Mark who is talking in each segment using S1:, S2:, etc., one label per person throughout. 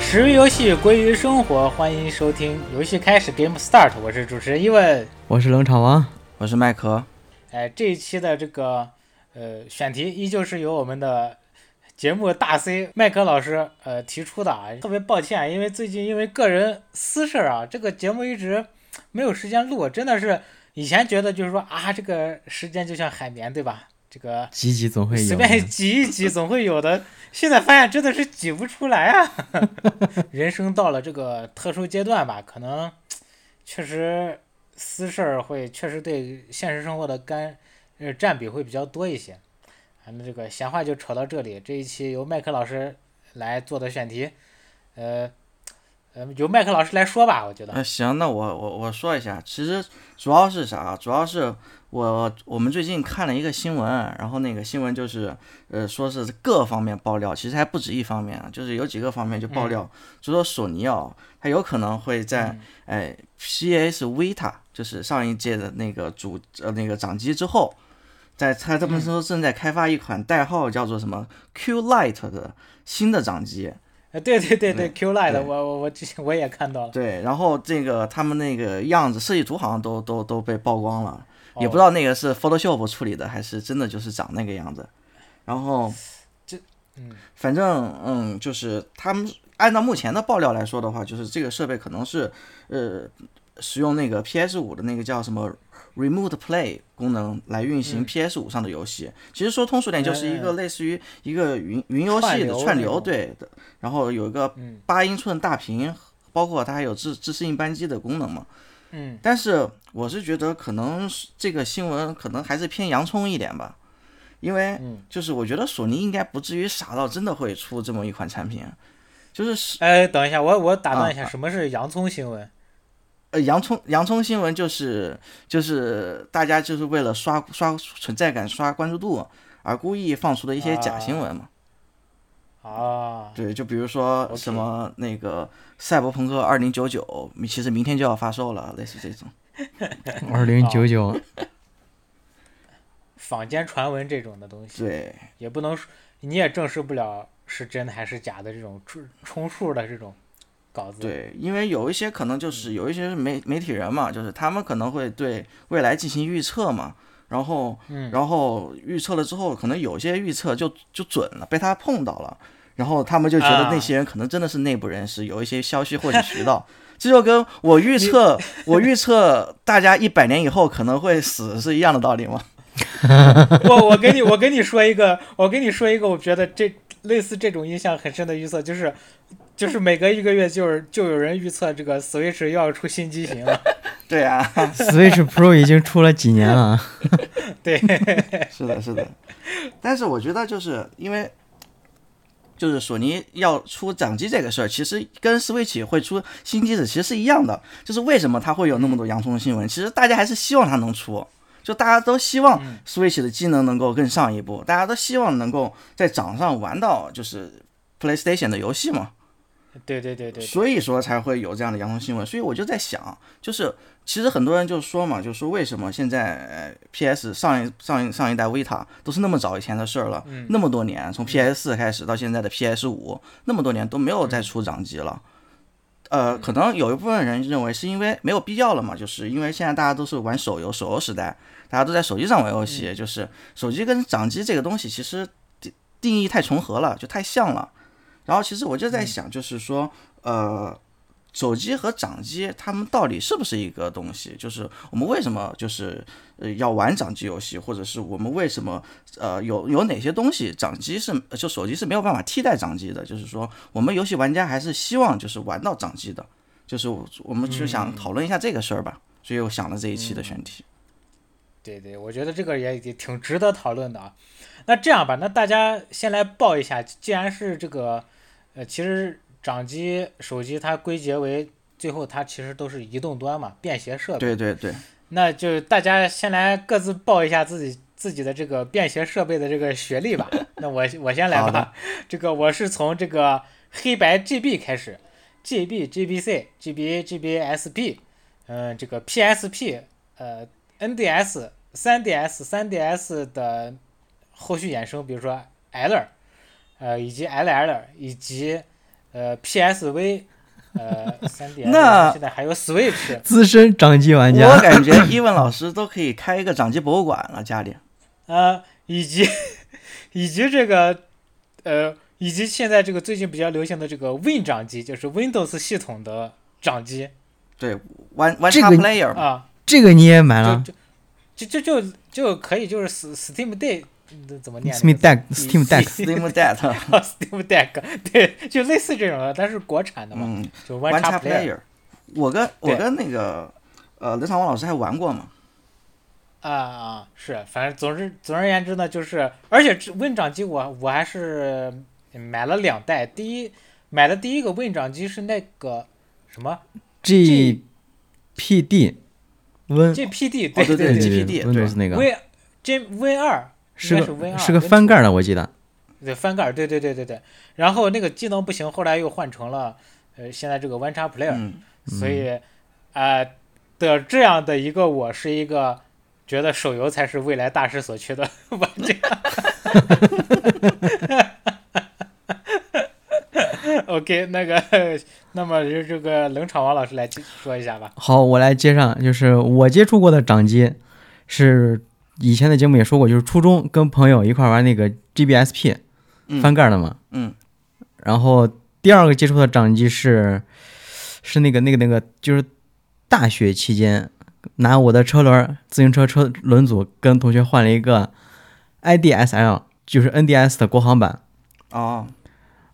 S1: 始于游戏，归于生活，欢迎收听游戏开始 Game Start，我是主持人伊问。
S2: 我是冷场王，
S3: 我是麦克，
S1: 哎，这一期的这个呃选题依旧是由我们的节目大 C 麦克老师呃提出的啊，特别抱歉，因为最近因为个人私事儿啊，这个节目一直没有时间录，真的是以前觉得就是说啊，这个时间就像海绵，对吧？这个
S2: 挤挤总会
S1: 随
S2: 有
S1: 便
S2: 的。
S1: 挤一挤总会有的，现在发现真的是挤不出来啊。 人生到了这个特殊阶段吧，可能确实私事儿会确实对现实生活的干呃占比会比较多一些。啊，那这个闲话就扯到这里，这一期由麦克老师来做的选题，呃，呃，由麦克老师来说吧，我觉得。
S3: 呃，行，那我我我说一下，其实主要是啥？主要是我我们最近看了一个新闻，然后那个新闻就是，呃，说是各方面爆料，其实还不止一方面，啊就是有几个方面就爆料，就说索尼哦，它有可能会在哎、PS Vita，就是上一届的那个主呃那个掌机之后，在它他们说正在开发一款代号叫做什么 Q Lite 的新的掌机，
S1: 呃，对对对对
S3: 对
S1: ，Q Light，
S3: 嗯对
S1: 我我我之前我也看到了，
S3: 对，然后这个他们那个样子设计图好像都都都被曝光了，也
S1: 哦
S3: 不知道那个是 Photoshop 处理的还是真的就是长那个样子。然 后
S1: 嗯
S3: 反正嗯，就是他们按照目前的爆料来说的话，就是这个设备可能是呃使用那个 PS 五的那个叫什么 Remote Play 功能来运
S1: 嗯
S3: 行 PS 五上的游戏。其实说通俗点，就是一个类似于一个云云游
S1: 哎串
S3: 戏的
S1: 流
S3: 串
S1: 那
S3: 流，
S1: 种
S3: 对的。然后有一个
S1: 嗯
S3: 八英寸大屏，包括它还有自自适应扳机的功能嘛。
S1: 嗯，
S3: 但是我是觉得可能是这个新闻可能还是偏洋葱一点吧，因为
S1: 嗯
S3: 就是我觉得索尼应该不至于傻到真的会出这么一款产品，就是是
S1: 哎，等一下，我我打断一下，
S3: 啊
S1: 什么是洋葱新闻？
S3: 呃洋葱洋葱新闻就是就是大家就是为了刷刷存在感刷关注度而故意放出的一些假新闻嘛，
S1: 啊，
S3: 对，就比如说
S1: OK
S3: 什么那个《赛博朋克二零九九》，其实明天就要发售了，类似这种。
S2: 二零九
S1: 哦
S2: 九，
S1: 坊间传闻这种的东西，
S3: 对，
S1: 也不能说你也证实不了是真的还是假的这种充充数的这种稿子。，
S3: 对，因为有一些可能就是有一些媒媒体人嘛，就是他们可能会对未来进行预测嘛，然后，
S1: 嗯
S3: 然后预测了之后，可能有些预测就就准了，被他碰到了，然后他们就觉得那些人可能真的是内部人士，有一些消息获取渠道。这就跟我预测，我预测大家一百年以后可能会死是一样的道理吗？
S1: 我我给你我跟你说一个，我跟你说一个，我觉得这类似这种印象很深的预测，就是就是每隔一个月就是就有人预测这个 Switch 又要出新机型了。
S3: 对啊，
S2: Switch Pro 已经出了几年了，
S1: 对，
S3: 是的，是的。但是我觉得就是因为，就是索尼要出掌机这个事儿，其实跟 Switch 会出新机子其实是一样的。就是为什么它会有那么多洋葱新闻？其实大家还是希望它能出，就大家都希望 Switch 的机能能够更上一步，大家都希望能够在掌上玩到就是 PlayStation 的游戏嘛。
S1: 对对对对，
S3: 所以说才会有这样的洋葱新闻。所以我就在想，就是其实很多人就说嘛，就说为什么现在呃 PS 上一上一上一代 Vita 都是那么早以前的事儿了，
S1: 嗯
S3: 那么多年，从 PS 四开始到现在的 PS 五，那么多年都没有
S1: 嗯
S3: 再出掌机了。呃，可能有一部分人认为是因为没有必要了嘛，就是因为现在大家都是玩手游，手游时代，大家都在手机上玩游
S1: 嗯
S3: 戏，就是手机跟掌机这个东西其实定定义太重合了，就太像了。然后其实我
S1: 嗯
S3: 就在想，就是说，呃，手机和掌机它们到底是不是一个东西？就是我们为什么就是呃要玩掌机游戏，或者是我们为什么呃有有哪些东西掌机是就手机是没有办法替代掌机的？就是说，我们游戏玩家还是希望就是玩到掌机的，就是我我们就想讨论一下这个事儿吧。所以我想了这一期的选题。
S1: 对对，我觉得这个也也挺值得讨论的啊。那这样吧，那大家先来报一下，既然是这个，呃，其实掌机、手机它归结为最后它其实都是移动端嘛，便携
S2: 呃
S1: 设备。
S3: 对对对，
S1: 那就大家先来各自报一下自己自己的这个便携设备的这个学历吧。那我我先来
S3: 好
S1: 吧
S3: 的。
S1: 这个我是从这个黑白 GB 开始，GB、GBC、GBA、GBSP，嗯，这个 PSP，呃，NDS、3DS、3DS 的后续衍生，比如说 L，呃，以及 LL，以及呃 PSV，呃三 D，
S3: 那
S1: 现在还有 Switch
S2: 资深掌机玩
S3: 我
S2: 家，
S3: 感觉伊文老师都可以开一个掌机博物馆了，家里。
S1: 呃，以及以及这个呃，以及现在这个最近比较流行的这个 Win 掌机，就是 Windows 系统的掌机
S3: 对，One One
S2: 这个
S3: Top Player 嘛，
S1: 啊，
S2: 这个你也买了
S1: 就就就就就就可以就是 S- Steam Deck 嗯怎么念那
S2: ？Steam
S1: 个
S2: Deck Steam Deck，
S3: ，Steam Deck，
S1: 哦 Steam Deck，对， 就类似这种的，但是国产的嘛，
S3: 嗯
S1: 就 One
S3: ，One
S1: Tap
S3: Top
S1: Player
S3: Player。我跟我
S1: 对
S3: 跟那个呃任长王老师还玩过嘛，
S1: 啊啊，是，反正总之总而言之呢，就是而且这 Win 掌机我我还是买了两代，第一买的第一个 Win 掌机是那个什么
S2: G P D Win
S1: GPD，
S3: 哦
S1: 嗯对
S3: 对
S1: 对
S3: 对
S1: 对
S3: GPD 对
S2: Windows 那个
S1: v G Win 二应
S2: 是
S1: 该是啊
S2: 个
S1: Win 二
S2: 是个翻盖儿的，我记得。
S1: 对翻盖儿，对对对对对，然后那个技能不行，后来又换成了呃现在这个 One Tap Player，
S3: 嗯，
S1: 所以，啊、的这样的一个我是一个觉得手游才是未来大势所趋的玩家。OK，那个，那么就这个冷场王老师来继续说一下吧。
S2: 好，我来接上，就是我接触过的掌机，是以前的节目也说过，就是初中跟朋友一块玩那个 GBSP
S3: 嗯
S2: 翻盖儿的嘛。
S3: 嗯。
S2: 然后第二个接触的掌机是是那个那个那个，就是大学期间拿我的车轮儿自行车车轮组跟同学换了一个 IDSL，就是 NDS 的国行版。
S3: 哦，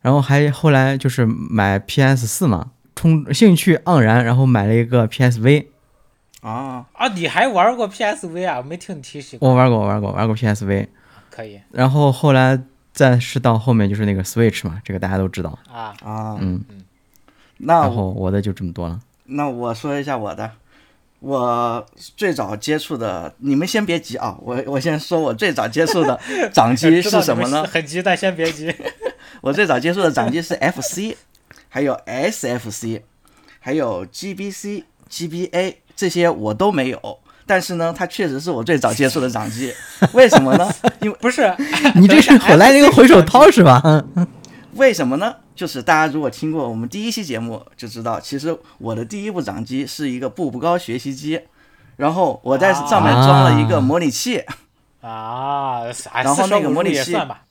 S2: 然后还后来就是买 PS 四嘛，冲兴趣盎然，然后买了一个 PSV。
S3: 哦，
S1: 啊，你还玩过 PSV 啊？我没听你提起过。
S2: 我玩过，我玩过，玩过 PSV。
S1: 可以
S2: 然后后来再是到后面就是那个 Switch 嘛，这个大家都知道。
S1: 啊，
S3: 啊，
S2: 嗯，
S3: 那
S2: 然
S3: 啊我
S2: 后我的就这么多了。
S3: 那我说一下我的，我最早接触的，你们先别急啊，我我先说我最早接触 的掌机
S1: 知道你
S3: 是什么
S1: 们
S3: 呢？
S1: 很急，但先别 急。
S3: 我最早接触的掌机是 FC，还 有 SFC，还有 GBC、GBA 这些我都没有。但是呢，它确实是我最早接触的掌 机，为什么呢？因为
S1: 不是，
S2: 你这是 后来那个回手掏是吧？
S3: 为什么呢？就是大家如果听过我们第一期节目就知道，其实我的第一部掌机是一个步步高学习机，然后我在上面装了一个模拟器，
S1: 啊，然
S3: 然后那个模拟
S1: 也
S3: 器
S1: 算吧。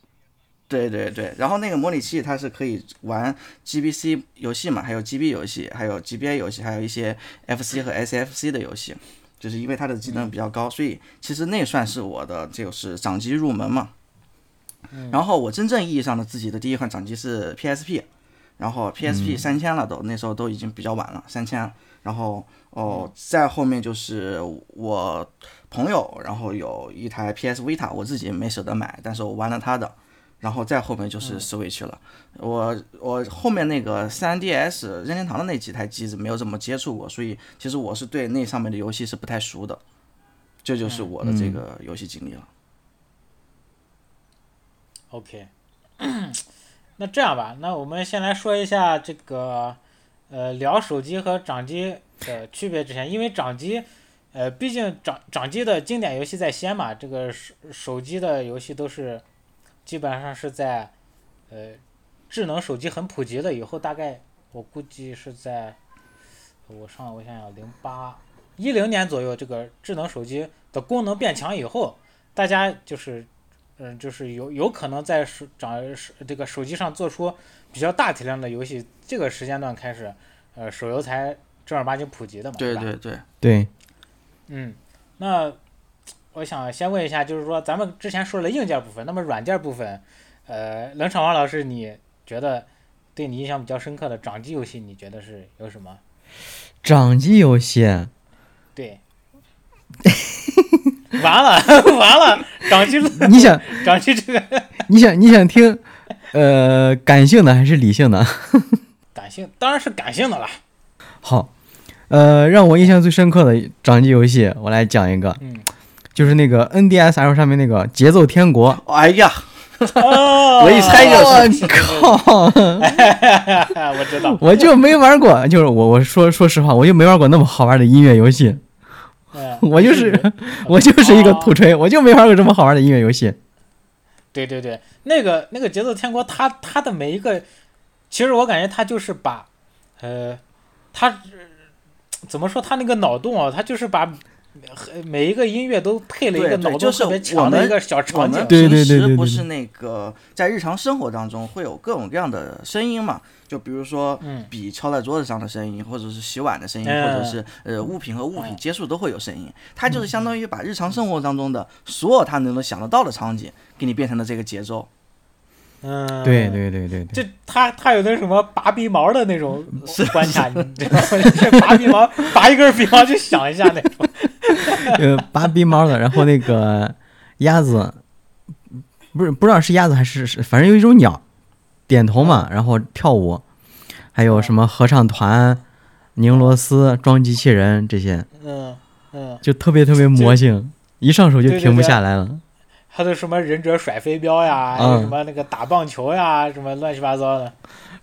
S3: 对对对，然后那个模拟器它是可以玩 GBC 游戏嘛，还有 GB 游戏，还有 GBA 游戏，还有一些 FC 和 SFC 的游戏，就是因为它的技能比较高，所以其实那算是我的就是掌机入门嘛。然后我真正意义上的自己的第一款掌机是 PSP，然后 PSP 三千了都，那时候都已经比较晚了，三千。然后哦，再后面就是我朋友，然后有一台 PS Vita，我自己没舍得买，但是我玩了他的。然后再后面就是
S1: 嗯
S3: Switch 了。我我后面那个 3DS 任天堂的那几台机子没有怎么接触过，所以其实我是对那上面的游戏是不太熟的。这就是
S1: 嗯
S3: 我的这
S2: 嗯
S3: 个游戏经历了。
S1: OK，那这样吧，那我们先来说一下这个，呃，聊手机和掌机的区别之前，因为掌机，呃，毕竟掌掌机的经典游戏在先嘛，这个手手机的游戏都是基本上是在，呃，智能手机很普及了以后，大概我估计是在，我上我想想，零八一零年左右，这个智能手机的功能变强以后，大家就是嗯，就是有有可能在手掌手这个手机上做出比较大体量的游戏，这个时间段开始，呃，手游才正儿八经普及的嘛，
S3: 对
S1: 吧？
S3: 对对，
S2: 对，
S1: 嗯，那我想先问一下，就是说咱们之前说了硬件部分，那么软件部分，呃，冷场王老师，你觉得对你印象比较深刻的掌机游戏，你觉得是有什么？
S2: 掌机游戏，
S1: 对，完了完了，掌机
S2: 你想
S1: 掌机这个
S2: 你想你想听，呃，感性的还是理性的？
S1: 感性当然是感性的了，
S2: 好，呃，让我印象最深刻的掌机游戏，我来讲一个，
S1: 嗯，
S2: 就是那个 NDSL 上面那个《节奏天国》。
S3: 哎呀，
S1: 哦
S3: 我一猜
S1: 就是，
S2: 靠！
S1: 我知道，
S2: 我就没玩过，就是我我说说实话，我就没玩过那么好玩的音乐游戏。
S1: 嗯，
S2: 我就是我就是一个土锤，我就没玩过这么好玩的音乐游戏。
S1: 对对对，那个那个节奏天国，它它的每一个其实我感觉他就是把，呃，他呃怎么说？他那个脑洞啊，他就是把呃每一个音乐都配了一个
S3: 对对
S1: 脑洞
S3: 就是
S1: 特别
S3: 我
S1: 强的
S3: 们
S1: 一个小
S3: 我
S1: 场景
S3: 们。
S2: 对
S3: 平
S2: 对对对
S3: 时不
S2: 对
S3: 是那个在日常生活当中会有各种各样的声音嘛？就比如说
S1: 嗯
S3: 笔敲在桌子上的声音，或者是洗碗的声音，
S1: 嗯
S3: 或者是呃物品和物品接触都会有声音。它就是相当于把日常生活当中的所有他能够想得到的场景，给你变成了这个节奏。
S1: 嗯，
S2: 对。对对对对，
S1: 就他他有那什么拔鼻毛的那 种关卡，你知道吗？ 就是拔鼻毛，拔一根鼻毛就想一下那种。
S2: 呃，拔鼻毛的，然后那个 鸭子，不是不知道是鸭子还是是，反正有一种鸟，点头嘛，
S1: 嗯
S2: 然后跳舞，还有什么合唱团、拧螺丝、装机器人这些，
S1: 嗯嗯，
S2: 就特别特别魔性，一上手就
S1: 对对
S2: 停不
S1: 对
S2: 下来了。
S1: 还有什么忍者甩飞镖呀，还有
S2: 嗯
S1: 什么那个打棒球呀，什么乱七八糟的。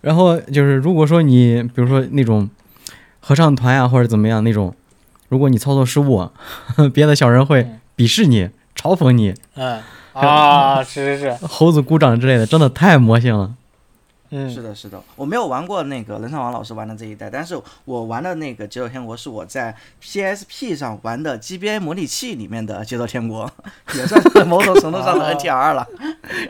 S2: 然后就是，如果说你比如说那种合唱团呀、或者怎么样那种，如果你操作失误， 别的小人会
S1: 嗯
S2: 鄙视你、嘲讽你，
S1: 嗯 啊，是是是，
S2: 猴子鼓掌之类的，真的太魔性了。
S1: 嗯，
S3: 是的，是的，我没有玩过那个任天王老师玩的这一代，但是我玩的那个《节奏天国》是我在 PSP 上玩的 GBA 模拟器里面的《节奏 天国》，也算是某种程度上
S1: 哦
S3: 的 NTR 了。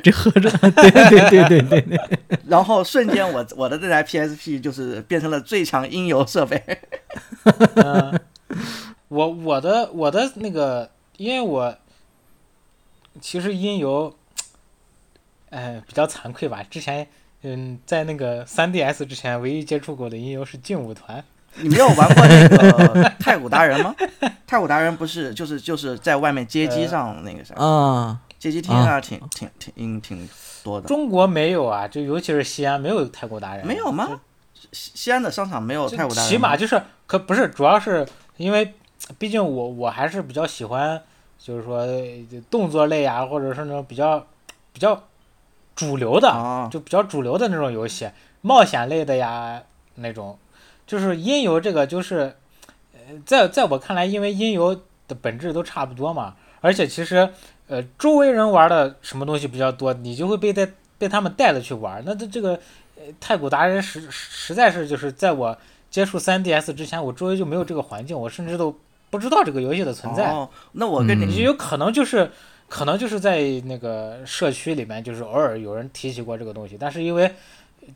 S2: 这合着， 对对对对对对，
S3: 然后瞬间我我的这台 PSP 就是变成了最强音游设备。
S1: 嗯，我我的我的那个，因为我其实音游，哎，比较惭愧吧。之前嗯，在那个 3DS 之前，唯一接触过的音游是劲舞团。
S3: 你没有玩过那个太古达人吗？ 太古达人不是就是就是在外面街
S1: 呃
S3: 机上那个啥，
S2: 啊，
S3: 街机厅啊，挺挺挺挺挺多的。
S1: 中国没有啊，就尤其是西安没有太古达人，
S3: 没有吗？西西安的商场没有
S1: 就
S3: 太古达人吗，
S1: 起码就是可不是，主要是因为毕竟我我还是比较喜欢，就是说呃动作类啊，或者是那种比较比较主流的，
S3: 啊，
S1: 就比较主流的那种游戏，冒险类的呀那种，就是音游这个就是，呃，在在我看来，因为音游的本质都差不多嘛，而且其实呃周围人玩的什么东西比较多，你就会被带被他们带着去玩儿。那这这个呃太古达人实实实在是就是在我接触 3DS 之前，我周围就没有这个环境，我甚至都不知道这个游戏的存在。
S3: 哦，那我跟
S1: 也
S3: 你
S2: 嗯
S1: 有可能就是，可能就是在那个社区里面，就是偶尔有人提起过这个东西，但是因为，呃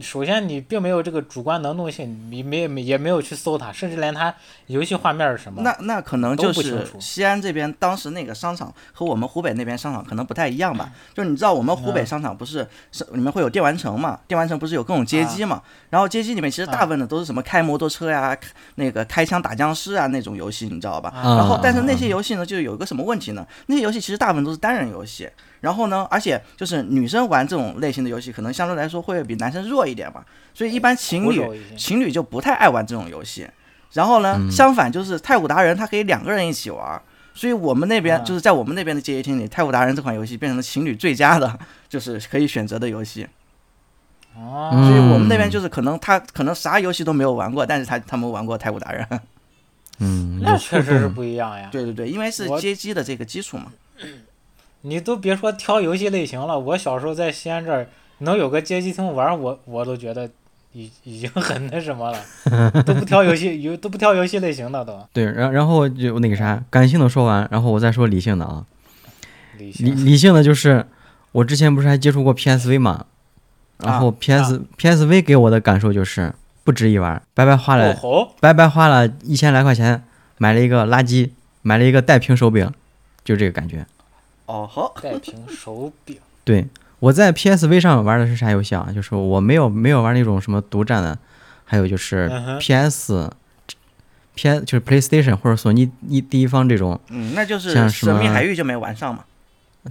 S1: 首先你并没有这个主观能动性，你没没也没有去搜它，甚至连它游戏画面是什么，
S3: 那那可能
S1: 嗯都
S3: 就
S1: 不清
S3: 是
S1: 楚
S3: 西安这边当时那个商场和我们湖北那边商场可能不太一样吧？就是你知道我们湖北
S1: 嗯
S3: 商场不是是你们会有电玩城嘛？电玩城不是有各种街机
S1: 嗯
S3: 嘛？然后街机里面其实大部分的都是什么开摩托车呀、开那个开枪打僵尸啊那种游戏，你知道吧？
S1: 啊
S3: 然后
S2: 啊，
S3: 但是那些游戏呢，就有一个什么问题呢？那些游戏其实大部分都是单人游戏，然后呢，而且就是女生玩这种类型的游戏，可能相对来说会比男生弱一点吧，所以一般情
S1: 古
S3: 侣
S1: 手已经
S3: 情侣就不太爱玩这种游戏。然后
S2: 嗯
S3: 呢，相反就是太古达人，它可以两个人一起玩儿。所以我们那边、
S2: 嗯
S1: 啊
S3: 就是在我们那边的街机厅里，太古达人这款游戏变成了情侣最佳的， 就是可以选择的游戏。
S1: 啊，
S2: 嗯
S3: 所以我们那边就是可能他可能啥游戏都没有玩过，但是他他们玩过太古达人。
S2: 嗯，
S1: 那
S2: 有
S1: 确
S2: 互
S1: 实是
S2: 动，
S1: 不一样呀。
S3: 对对对，因为是
S1: 我
S3: 街机的这个基础嘛。
S1: 你都别说挑游戏类型了，我小时候在西安这儿能有个街机厅玩儿，我我都觉得已已经很那什么了，都不挑游戏，游都不挑游戏类型的都。
S2: 对，然然后就那个啥，感性的说完，然后我再说理性的啊，
S1: 理
S2: 理
S1: 性
S2: 理性的就是我之前不是还接触过 PSV 嘛，然后 PS、PSV 给我的感受就是不值一玩，白白
S1: 够
S2: 花了
S1: 猴，
S2: 白白花了一千来块钱买了一个垃圾，买了一个带屏手柄，就这个感觉。
S3: 哦吼，
S1: 带屏手柄。
S2: 对，我在 PSV 上玩的是啥游戏啊？就是我没有没有玩那种什么独占的，还有就是
S1: 嗯哼
S2: PS、PS 就是 PlayStation 或者索尼一第一方这种，
S3: 嗯，那就是
S2: 像
S3: 《
S2: 什么
S3: 神秘海域》就没玩上嘛。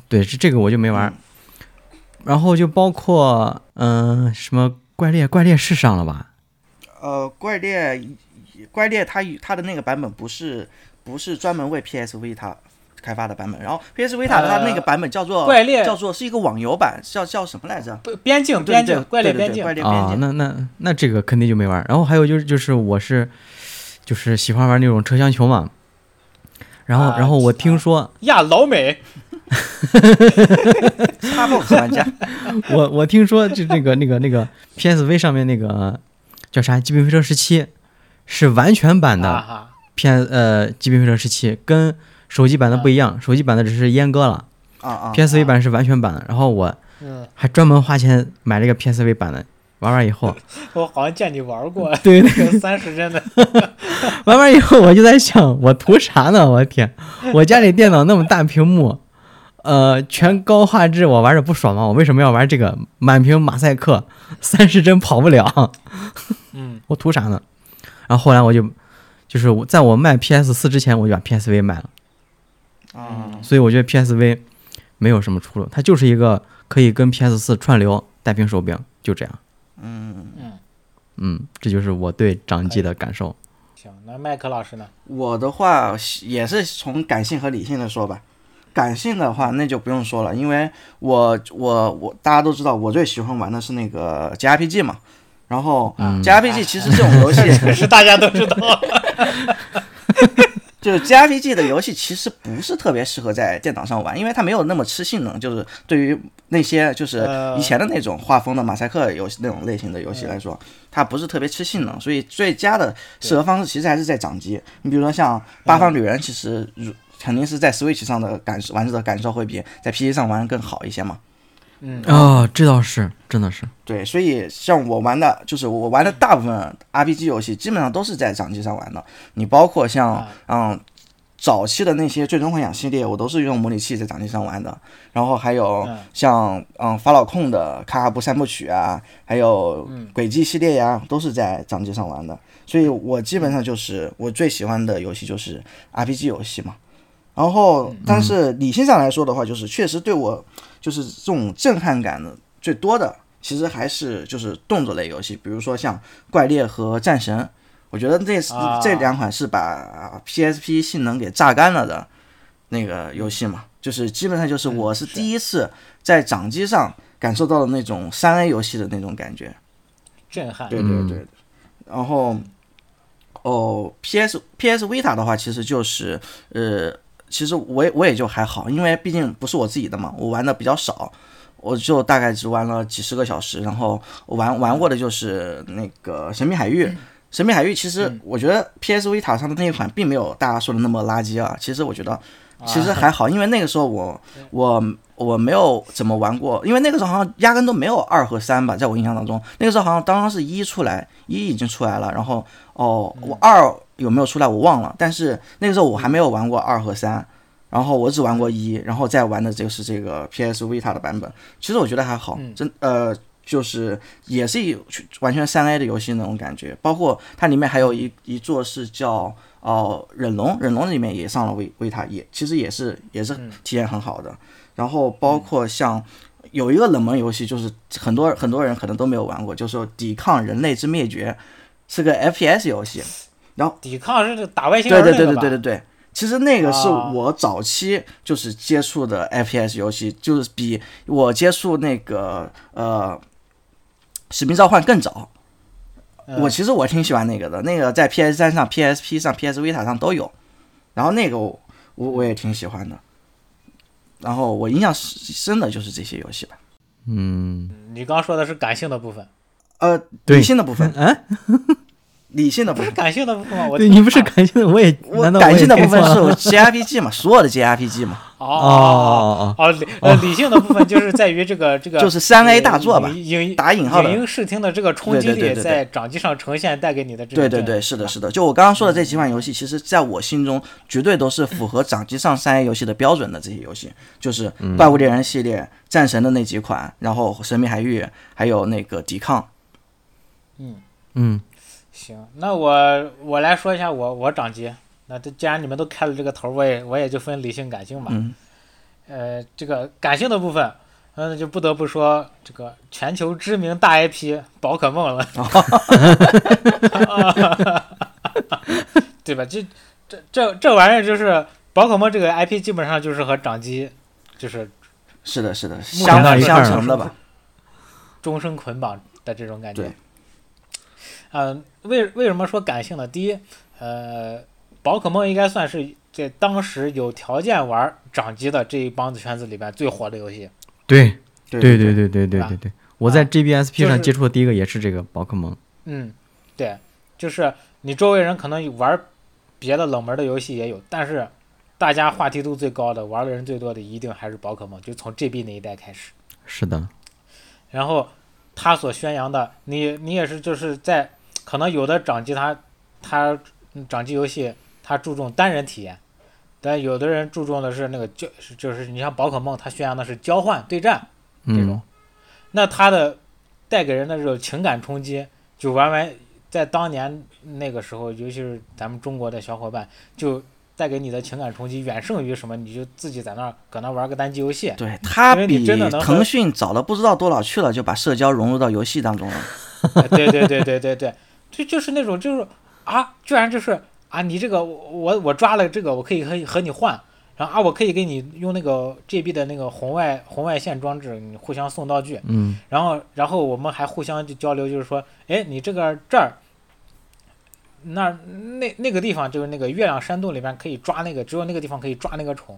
S2: 对，是这个我就没玩。
S1: 嗯
S2: 然后就包括嗯、什么怪猎怪猎是上了吧？
S3: 呃，怪猎，怪猎它与它的那个版本不是不是专门为 PS Vita 开发的版本，然后 PS Vita
S1: 呃
S3: 它那个版本叫做、
S1: 怪猎
S3: 叫做是一个网游版，叫叫什么来着？
S1: 不边境
S3: 对
S1: 边
S3: 对
S1: 境
S3: 对
S1: 怪猎
S3: 对对
S1: 边境
S3: 怪，猎边
S2: 啊，
S3: 境。
S2: 那那那这个肯定就没玩儿。然后还有就是就是我是就是喜欢玩那种车厢球嘛，然后、
S1: 啊
S2: 然后我
S1: 知道
S2: 听说
S1: 呀老美
S3: ，Xbox 玩家，
S2: 我我听说就那个那个那个 PSV 上面那个叫啥《极品飞车十七》是完全版
S1: 啊
S2: 的
S1: 哈，
S2: P S 呃《极品飞车十七》跟手机版的不一样，手机版的只是阉割了
S3: 啊啊，
S2: ，PSV 版是完全版的。然后我
S1: 嗯，
S2: 还专门花钱买了一个 PSV 版的，玩完以后，
S1: 我好像见你玩过
S2: 对对，
S1: 有三十帧的，
S2: 玩完以后我就在想，我图啥呢？我天，我家里电脑那么大屏幕，呃，全高画质，我玩着不爽吗？我为什么要玩这个满屏马赛克，三十帧跑不了？
S1: 嗯，
S2: 我图啥呢？然后后来我就，就是我在我卖 PS 四之前，我就把 PSV 买了，
S1: 嗯
S3: 啊，
S2: 所以我觉得 PSV 没有什么出路，它就是一个可以跟 PS 四串流带屏手柄，就这样。
S3: 嗯，
S2: 嗯，这就是我对掌机的感受。
S1: 行，那麦克老师呢？
S3: 我的话也是从感性和理性的说吧。感性的话，那就不用说了，因为我我我大家都知道，我最喜欢玩的是那个 JRPG 嘛。然后
S1: 嗯
S3: JRPG 其实这种游戏，
S1: 可是大家都 知道，
S3: 就是 JRPG 的游戏其实不是特别适合在电脑上玩，因为它没有那么吃性能。就是对于那些就是
S1: 呃
S3: 以前的那种画风的马赛克游戏那种类型的游戏来说，它不是特别吃性能，所以最佳的适合方式其实还是在掌机。你比如说像《八方旅人》，其实如肯定是在 Switch 上的感受玩的感受会比在 PC 上玩更好一些嘛。
S1: 嗯，
S3: 啊
S2: 哦，这倒是，真的是。
S3: 对，所以像我玩的，就是我玩的大部分 RPG 游戏，基本上都是在掌机上玩的。你包括像嗯早期的那些《最终幻想》系列，我都是用模拟器在掌机上玩的。然后还有
S1: 嗯
S3: 像嗯法老控的《卡卡布三部曲》啊，还有
S1: 嗯
S3: 轨迹系列呀、都是在掌机上玩的。所以我基本上就是我最喜欢的游戏就是 RPG 游戏嘛。然
S1: 嗯
S3: 后，但是理性上来说的话，就是确实对我就是这种震撼感的最多的，其实还是就是动作类游戏，比如说像《怪猎》和《战神》，我觉得这是、
S1: 啊
S3: 这两款是把 PSP 性能给榨干了的那个游戏嘛，就是基本上就是
S1: 嗯
S3: 我是
S1: 是
S3: 第一次在掌机上感受到了那种三 A 游戏的那种感觉。
S1: 震撼，嗯
S3: 对对对。然后，哦，PS PS Vita 的话，其实就是呃，其实我也我也就还好，因为毕竟不是我自己的嘛，我玩的比较少，我就大概只玩了几十个小时。然后我玩玩过的就是那个《神秘海域》。神秘海域其实我觉得 PS Vita 上的那一款并没有大家说的那么垃圾啊，其实我觉得其实还好，因为那个时候我我我没有怎么玩过，因为那个时候好像压根都没有二和三吧，在我印象当中，那个时候好像当时是一出来，一已经出来了，然后哦，我二有没有出来我忘了，但是那个时候我还没有玩过二和三。然后我只玩过一，然后再玩的就是这个 PS Vita 的版本。其实我觉得还好，真呃，就是也是一完全三 A 的游戏那种感觉。包括它里面还有一一座是叫哦、忍龙，忍龙里面也上了 V Vita，也其实也是也是体验很好的。然后包括像有一个冷门游戏，就是很多很多人可能都没有玩过，就是《抵抗人类之灭绝》，是个 FPS 游戏。
S1: 抵抗是打外星
S3: 对
S1: 人
S3: 对
S1: 那
S3: 对
S1: 个
S3: 对
S1: 吧？
S3: 对对对，其实那个是
S1: 啊
S3: 我早期就是接触的 FPS 游戏，就是比我接触那个呃《使命召唤》更早。
S1: 嗯
S3: 我其实我挺喜欢那个的，那个在 PS 三上、PSP 上、PS Vita 上都有，然后那个我我我也挺喜欢的。然后我印象深的就是这些游戏吧。
S2: 嗯，
S1: 你刚说的是感性的部分，
S3: 呃，
S2: 对
S3: 理性的部分，
S2: 啊，
S3: 理性的部
S1: 不是
S3: 分，
S1: 感性的部分吗？我
S2: 对你不是感性的，我也
S3: 我
S2: 难道
S3: 感
S2: 也
S3: 性的
S2: 听
S3: 部分
S2: 错了
S3: 是我 JRPG 嘛，所有的 JRPG 嘛。
S1: 哦
S2: 哦
S1: 哦
S2: 哦哦，
S1: 哦，理呃理性的部分就是在于这个这个
S3: 啊 就是三 A 大作吧
S1: 影影
S3: 打引号的
S1: 影音视听的这个冲击
S3: 对对
S1: 力
S3: 对对对
S1: 在掌机上呈现带给你的这
S3: 对
S1: 种震
S3: 对
S1: 撼啊
S3: 对，是的，是的。就我刚刚说的这几款游戏，其实在我心中绝对都是符合掌机上三 A 游戏的标准的。这些游戏就是《怪物猎人》系列、战神》的那几款，然后《神秘海域》，还有那个《抵抗》。
S2: 嗯，
S1: 行，那我我来说一下我我掌机。那这既然你们都开了这个头儿，我也我也就分理性感性吧。
S3: 嗯
S1: 呃，这个感性的部分，嗯，就不得不说这个全球知名大 IP 宝可梦了， 对吧？这这这这玩意儿就是宝可梦这个 IP，基本上就是和掌机就是
S3: 是的，是的，
S1: 目前
S3: 相
S2: 到
S3: 辅
S2: 一块
S3: 相
S2: 儿
S3: 成的吧？
S1: 终生捆绑的这种感觉
S3: 对。
S1: 嗯、为为什么说感性呢？第一，呃，宝可梦应该算是这当时有条件玩掌机的这一帮子圈子里边最火的游戏。
S2: 对
S3: 对
S2: 对
S3: 对
S2: 对对对对
S1: 吧
S2: 对对，我在
S1: 啊
S2: GBSP
S1: 就
S2: 上
S1: 是
S2: 接触的第一个也是这个宝可梦。
S1: 嗯，对，就是你周围人可能玩别的冷门的游戏也有，但是大家话题度最高的、玩的人最多的一定还是宝可梦，就从 GB 那一代开始。
S2: 是的，
S1: 然后他所宣扬的，你你也是就是在可能有的掌机它它嗯掌机游戏它注重单人体验，但有的人注重的是那个就是就是你像宝可梦，它宣扬的是交换对战这种，
S2: 嗯，
S1: 那它的带给人的这种情感冲击，就完完在当年那个时候，尤其是咱们中国的小伙伴，就带给你的情感冲击远胜于什么，你就自己在那儿搁那玩个单机游戏。
S3: 对，他
S1: 因为你
S3: 比
S1: 真的能和
S3: 腾讯早了不知道多少去了，就把社交融入到游戏当中了。
S1: 哎对对对对对对，就就是那种就是啊，居然就是啊，你这个我我抓了这个，我可以和和你换，然后啊，我可以给你用那个 GB 的那个红外红外线装置，你互相送道具，
S2: 嗯，
S1: 然后然后我们还互相就交流，就是说，哎，你这个这儿。那儿那那个地方就是那个月亮山洞里边可以抓那个，只有那个地方可以抓那个虫，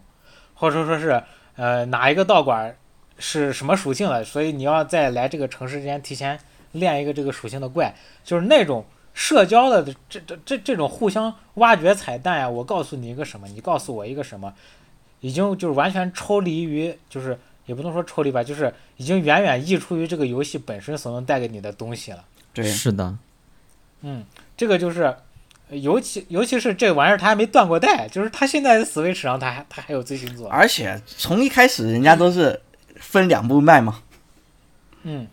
S1: 或者说是呃哪一个道馆是什么属性的，所以你要在来这个城市之前提前练一个这个属性的怪，就是那种社交的这这这这种互相挖掘彩蛋啊呀、我告诉你一个什么，你告诉我一个什么，已经就是完全抽离于就是也不能说抽离吧，就是已经远远溢出于这个游戏本身所能带给你的东西了。
S3: 对，
S2: 是的，
S1: 嗯，这个就是，呃尤其尤其是这玩意儿它还没断过代，就是它现在 Switch 上它还它还有最新作，啊
S3: 而且从一开始人家都是分两部卖嘛，
S1: 嗯，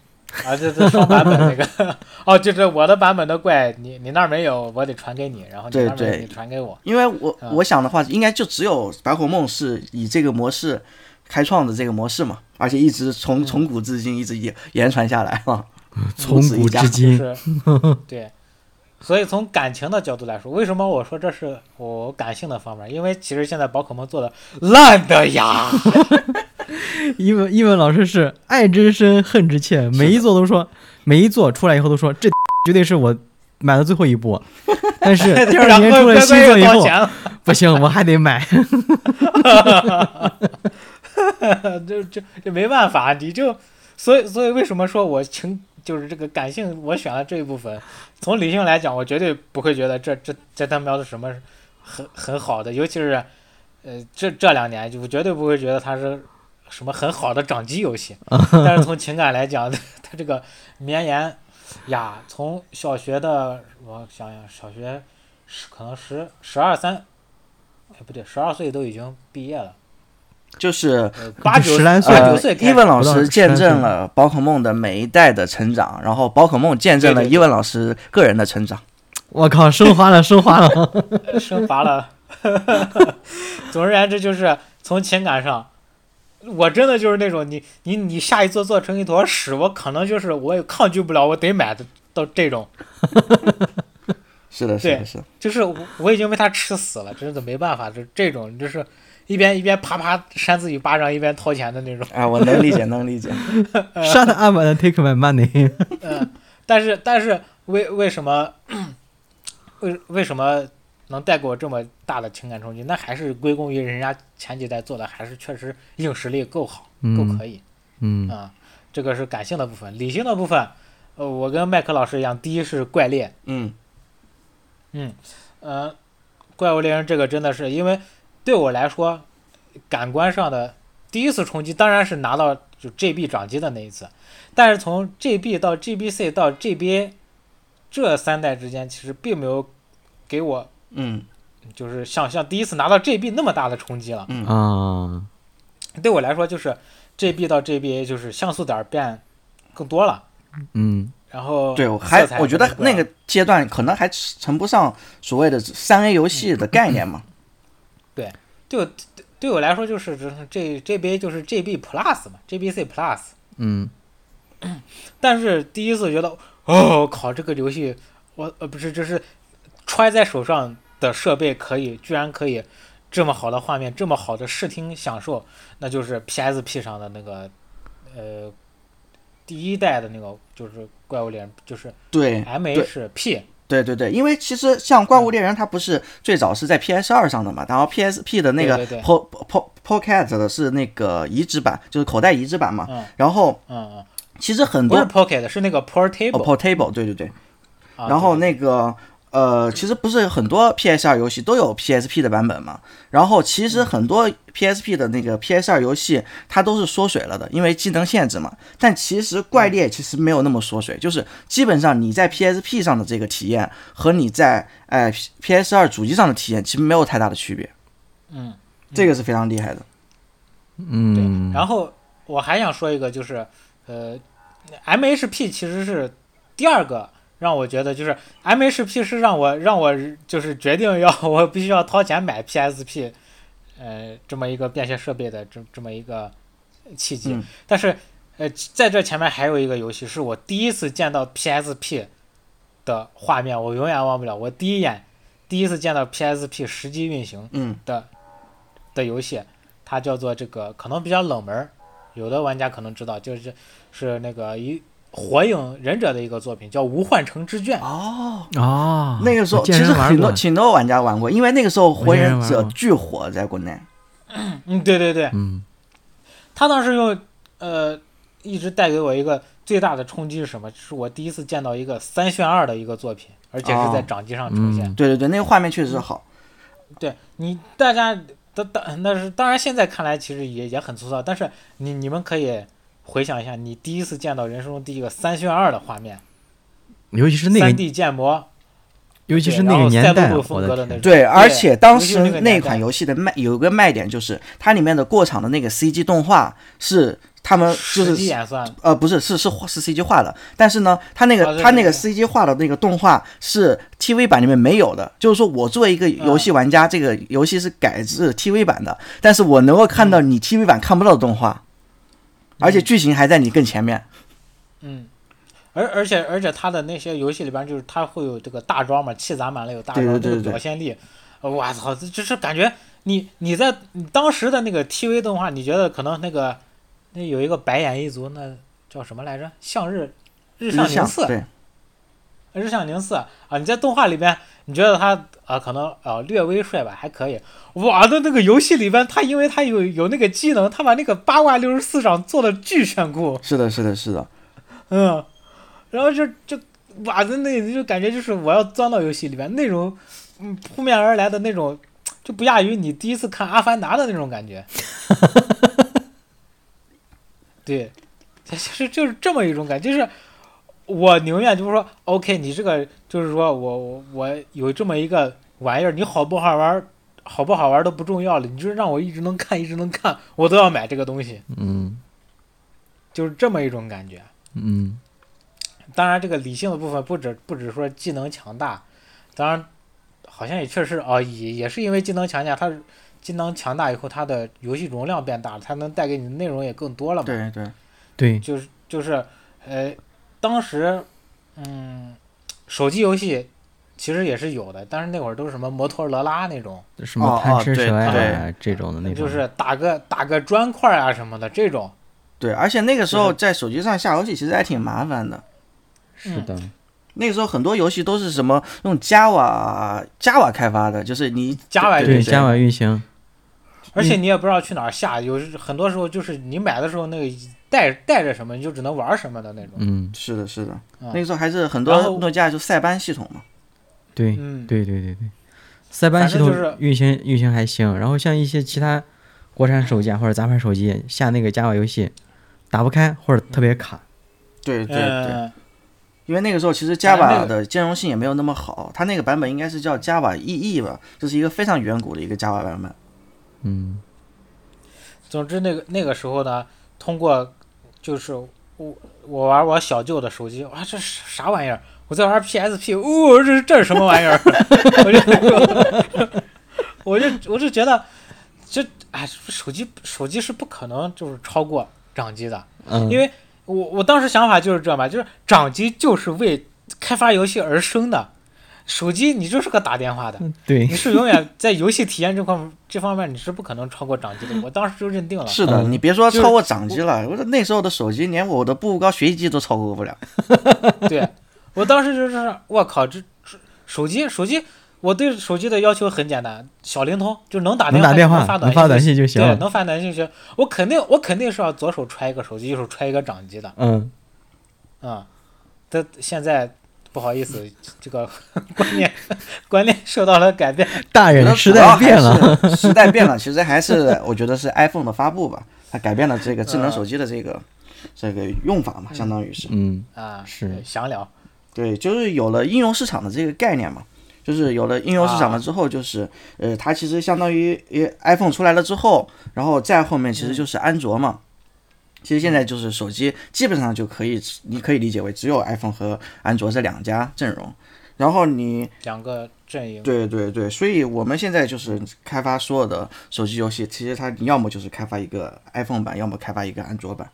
S1: 啊，这这双版本那个， 哦，就是我的版本的怪，你你那儿没有，我得传给你，然后你
S3: 对
S1: 那儿没有
S3: 对
S1: 你传给我，
S3: 因为我
S1: 啊
S3: 我想的话，应该就只有宝可梦是以这个模式开创的这个模式嘛，而且一直
S1: 嗯
S3: 从从古至今一直延延传下来哈、
S2: 从
S3: 此一
S2: 古
S3: 家
S2: 至
S1: 就
S2: 今，
S1: 是对，所以从感情的角度来说，为什么我说这是我感性的方面？因为其实现在宝可梦做的烂的呀，
S2: 英文英文老师是爱之深，恨之切，每一座都说，每一座出来以后都说，这 绝对是我买的最后一部。 但是第二
S1: 然
S2: 年
S1: 后
S2: 出了
S1: 乖
S2: 新
S1: 乖
S2: 作以
S1: 又掏
S2: 后，
S1: 钱了。
S2: 不行，我还得买。
S1: 这这这没办法，你就所以所以为什么说我情就是这个感性，我选了这一部分。从理性来讲，我绝对不会觉得这这这他喵的什么很很好的，尤其是呃这这两年，我绝对不会觉得它是什么很好的掌机游戏。但是从情感来讲， 它这个绵延呀，从小学的我想想，小学十可能十十二三，哎不对，十二岁都已经毕业了，
S3: 就是
S1: 呃八九
S2: 十来岁
S1: 八九
S3: 呃
S1: 岁，开
S3: 伊
S1: 始
S3: 文老
S2: 不到
S3: 师
S2: 13
S3: 见
S2: 岁
S3: 证了宝可梦的每一代的成长，然后宝可梦见证了
S1: 对对
S3: 伊文老师个人的成长。
S2: 我靠，升华了，升华了。
S1: 升华了。 总而言之，就是从情感上，我真的就是那种你你你下一座做成一坨屎，我可能就是我也抗拒不了，我得买的到这种，
S3: 是的，是的，
S1: 对
S3: 是的。
S1: 就是我我已经被他吃死了，真的没办法，就这种就是一边一边啪啪扇自己巴掌，一边掏钱的那种。
S3: 啊，我能理解，能理 解。
S2: Shut up and take my money。
S1: 嗯但是但是为为什么为为什么能带给我这么大的情感冲击？那还是归功于人家前几代做的还是确实硬实力够好，够
S2: 嗯
S1: 可以。
S2: 嗯，
S1: 啊，这个是感性的部分，理性的部分，呃，我跟麦克老师一样，第一是怪猎，
S3: 嗯，
S1: 嗯，呃，怪物猎人这个真的是因为对我来说，感官上的第一次冲击当然是拿到就 GB 掌机的那一次，但是从 GB 到 GBC 到 GBA 这三代之间，其实并没有给我
S3: 嗯，
S1: 就是像像第一次拿到 GB 那么大的冲击了。
S3: 嗯，
S2: 啊，
S1: 对我来说，就是 GB 到 GBA 就是像素点儿变更多了。
S2: 嗯，
S1: 然后
S3: 对，我
S1: 色
S3: 还
S1: 彩
S3: 我觉
S1: 可
S3: 得
S1: 能不一
S3: 那
S1: 样
S3: 个阶段可能还称不上所谓的三 A 游戏的概念嘛。
S1: 就对我来说就是这这 GB 就是 GB Plus 嘛，GBC Plus。
S2: 嗯，
S1: 但是第一次觉得，哦，靠，这个游戏我呃不是，就是揣在手上的设备可以，居然可以这么好的画面，这么好的视听享受，那就是 PSP 上的那个呃第一代的那个就是怪物猎人，就是
S3: 对，对
S1: MHP
S3: 对对对，因为其实像《怪物猎人》，它不是最早是在 PS 二上的嘛，然后 PSP 的那个
S1: 对对对
S3: Po Po Pocket 的是那个移植版，就是口袋移植版嘛。
S1: 嗯
S3: 然后
S1: 嗯
S3: 其实很
S1: 嗯，不
S3: 多
S1: 是 Pocket，是那个 Portable，、
S3: 哦 Portable，对对对。
S1: 啊
S3: 然后
S1: 对
S3: 那个呃，其实不是很多 PS 二游戏都有 PSP 的版本嘛。然后其实很多 PSP 的那个 PS 二游戏它都是缩水了的，因为技能限制嘛。但其实怪猎其实没有那么缩水，就是基本上你在 PSP 上的这个体验和你在哎 PS 二主机上的体验其实没有太大的区别。
S1: 嗯，
S3: 这个是非常厉害的。
S2: 嗯，
S1: 然后我还想说一个，就是呃，MHP 其实是第二个让我觉得就是 MHP 是让我让我就是决定要我必须要掏钱买 PSP，呃，这么一个便携设备的这这么一个契机。
S3: 嗯
S1: 但是呃，在这前面还有一个游戏是我第一次见到 PSP 的画面，我永远忘不了。我第一眼第一次见到 PSP 实际运行，
S3: 嗯
S1: 的游戏，它叫做这个可能比较冷门儿，有的玩家可能知道，就是是那个一火影忍者的一个作品，叫《无幻城之卷》。嗯
S3: 哦，
S2: 哦，
S3: 那个时候
S2: 我
S3: 其
S2: 见人
S3: 实
S2: 玩
S3: 很多
S2: 过
S3: 挺多玩家玩过，因为那个时候火
S2: 我见人
S3: 影
S2: 玩
S3: 者
S2: 过
S3: 巨火，在国内。
S1: 嗯，对对对，
S2: 嗯
S1: 他当时用呃一直带给我一个最大的冲击是什么？是我第一次见到一个三选二的一个作品，而且是在
S3: 哦
S1: 掌机上呈啊现。
S2: 嗯，
S3: 对对对，那个画面确实好。
S1: 对你大家的当那是当然，现在看来其实也也很粗糙，但是你你们可以回想一下，你第一次见到人生中第一个三选二的画面，
S2: 尤其是
S1: 三、
S2: 那个，
S1: D 建模，
S2: 尤其是
S1: 对
S2: 那
S1: 然
S2: 个
S1: 后赛
S2: 年
S1: 璐
S2: 代，
S1: 璐
S2: 我
S1: 风格的
S2: 的
S1: 那
S2: 天，
S1: 种。
S3: 对，而且当
S1: 尤
S3: 时
S1: 其是那
S3: 那
S1: 个
S3: 款
S1: 年代
S3: 游戏的卖有个卖点就是，它里面的过场的那个 CG 动画是他们就
S1: 实际
S3: 是
S1: 演算，
S3: 呃不是是是是 CG 画的，但是呢，它那
S1: 哦
S3: 个
S1: 对
S3: 它
S1: 对
S3: 那个
S1: 对
S3: CG 画的那个动画是 TV 版里面没有的，就是说我作为一个游
S1: 嗯
S3: 戏玩家，这个游戏是改制 TV 版的，但是我能够看到
S1: 嗯
S3: 你 TV 版看不到的动画，而且剧情还在你更前面。
S1: 嗯，而而且而且它的那些游戏里边，就是它会有这个大招嘛，气攒满了有大招，
S3: 对对对
S1: 这
S3: 对
S1: 个
S3: 对
S1: 表现力，呃我操，这就是感觉你你在你当时的那个 TV 动画，你觉得可能那个那有一个白眼一族，那叫什么来着？向日日
S3: 日
S1: 向宁
S3: 向
S1: 次，
S3: 对，
S1: 日向宁次啊，你在动画里边，你觉得他啊、可能啊、略微帅吧，还可以。哇，那那个游戏里边，他因为他有有那个技能，他把那个八卦六十四掌做的巨炫酷，
S3: 是的，是的，是的，
S1: 嗯，然后就就哇，那那就感觉就是我要钻到游戏里边那种，嗯，扑面而来的那种，就不亚于你第一次看《阿凡达》的那种感觉。对，就是就是这么一种感觉，就是我宁愿就是说，OK，你这个就是说我我我有这么一个玩意儿，你好不好玩儿，好不好玩儿都不重要了，你就是让我一直能看，一直能看，我都要买这个东西，
S2: 嗯
S1: 就是这么一种感觉。
S2: 嗯
S1: 当然，这个理性的部分不只不只说技能强大，当然好像也确实啊、也也是因为技能强大，它技能强大以后，它的游戏容量变大了，它能带给你的内容也更多了嘛。
S3: 对对，
S2: 对，
S1: 就是就是呃，当时嗯，手机游戏其实也是有的，但是那会儿都是什么摩托罗拉那种，
S2: 什么
S3: 哦
S2: 贪
S3: 哦
S2: 吃
S3: 对
S2: 蛇呀、
S3: 对
S2: 这种的那种，
S1: 就是打个打个砖块啊什么的这种。
S3: 对，而且那个时
S1: 就
S3: 候
S1: 是
S3: 在手机上下游戏其实还挺麻烦的。
S2: 是的，
S3: 那个时候很多游戏都是什么用 Java Java 开发的，就是你
S1: Java
S3: 对
S1: 运
S2: 对
S3: 对
S2: 加。瓦运行，
S1: 而
S2: 嗯
S1: 且你也不知道去哪儿下，有时很多时候就是你买的时候那个带带着什么，你就只能玩儿什么的那种。
S2: 嗯，
S3: 是的，是的，
S1: 嗯
S3: 那个时候还是很
S1: 然
S3: 多
S1: 后
S3: 诺基亚就塞班系统嘛。
S2: 对，
S1: 嗯，
S2: 对对对对，塞班系统
S1: 反正就是
S2: 运行运行还行，然后像一些其他国产手机啊或者杂牌手机下那个 Java 游戏打不开或者特别卡，
S3: 对对对，
S1: 嗯，
S3: 因为那个时候其实
S1: 反正那个
S3: Java 的兼容性也没有那么好，它那个版本应该是叫 Java EE 吧，这是一个非常远古的一个 Java 版本。
S2: 嗯
S1: 总之那个那个时候呢，通过就是我我玩我小舅的手机，哇，这是啥玩意儿？我在玩 PSP，哦，这是这是什么玩意儿？ 我就我就我就觉得这哎，手机手机是不可能就是超过掌机的，
S2: 嗯，
S1: 因为我我当时想法就是这嘛，就是掌机就是为开发游戏而生的，手机你就是个打电话的，
S2: 对
S1: 你，是永远在游戏体验这块 这方面你是不可能超过掌机的。我当时就认定了，
S3: 是的，
S2: 嗯
S3: 你别说
S1: 就是
S3: 超过掌机了，我说那时候的手机连我的步步高学习机都超过不了。
S1: 对我当时就是我靠，这这手机手机，我对手机的要求很简单，小灵通就能打
S2: 能
S1: 电
S2: 打电话
S1: 能发
S2: 能发短
S1: 信
S2: 信就
S1: 就行
S2: 行
S1: 对，
S2: 了。
S1: 能发短信就行。我肯定我肯定是要左手揣一个手机，右手揣一个掌机的
S2: 嗯，
S1: 啊。但现在不好意思，这个 观念观念受到了改变。
S2: 大
S3: 觉
S2: 人
S3: 得
S2: 时
S3: 主要
S2: 代变了，
S3: 还是，时代变了，其实还是我觉得是 iPhone 的发布吧，它改变了这个智能手机的这个、这个用法嘛，相当于是
S2: 嗯，
S1: 啊，
S2: 是
S1: 对想聊，
S3: 对，就是有了应用市场的这个概念嘛。就是有了应用市场了
S1: 啊
S3: 之后，就是、呃，它其实相当于呃 iPhone 出来了之后，然后再后面其实就是安卓嘛。其实现在就是手机基本上就可以，你可以理解为只有 iPhone 和安卓这两家阵容。然后你
S1: 两个阵营，
S3: 对对对，所以我们现在就是开发所有的手机游戏，其实它你要么就是开发一个 iPhone 版，要么开发一个安卓版。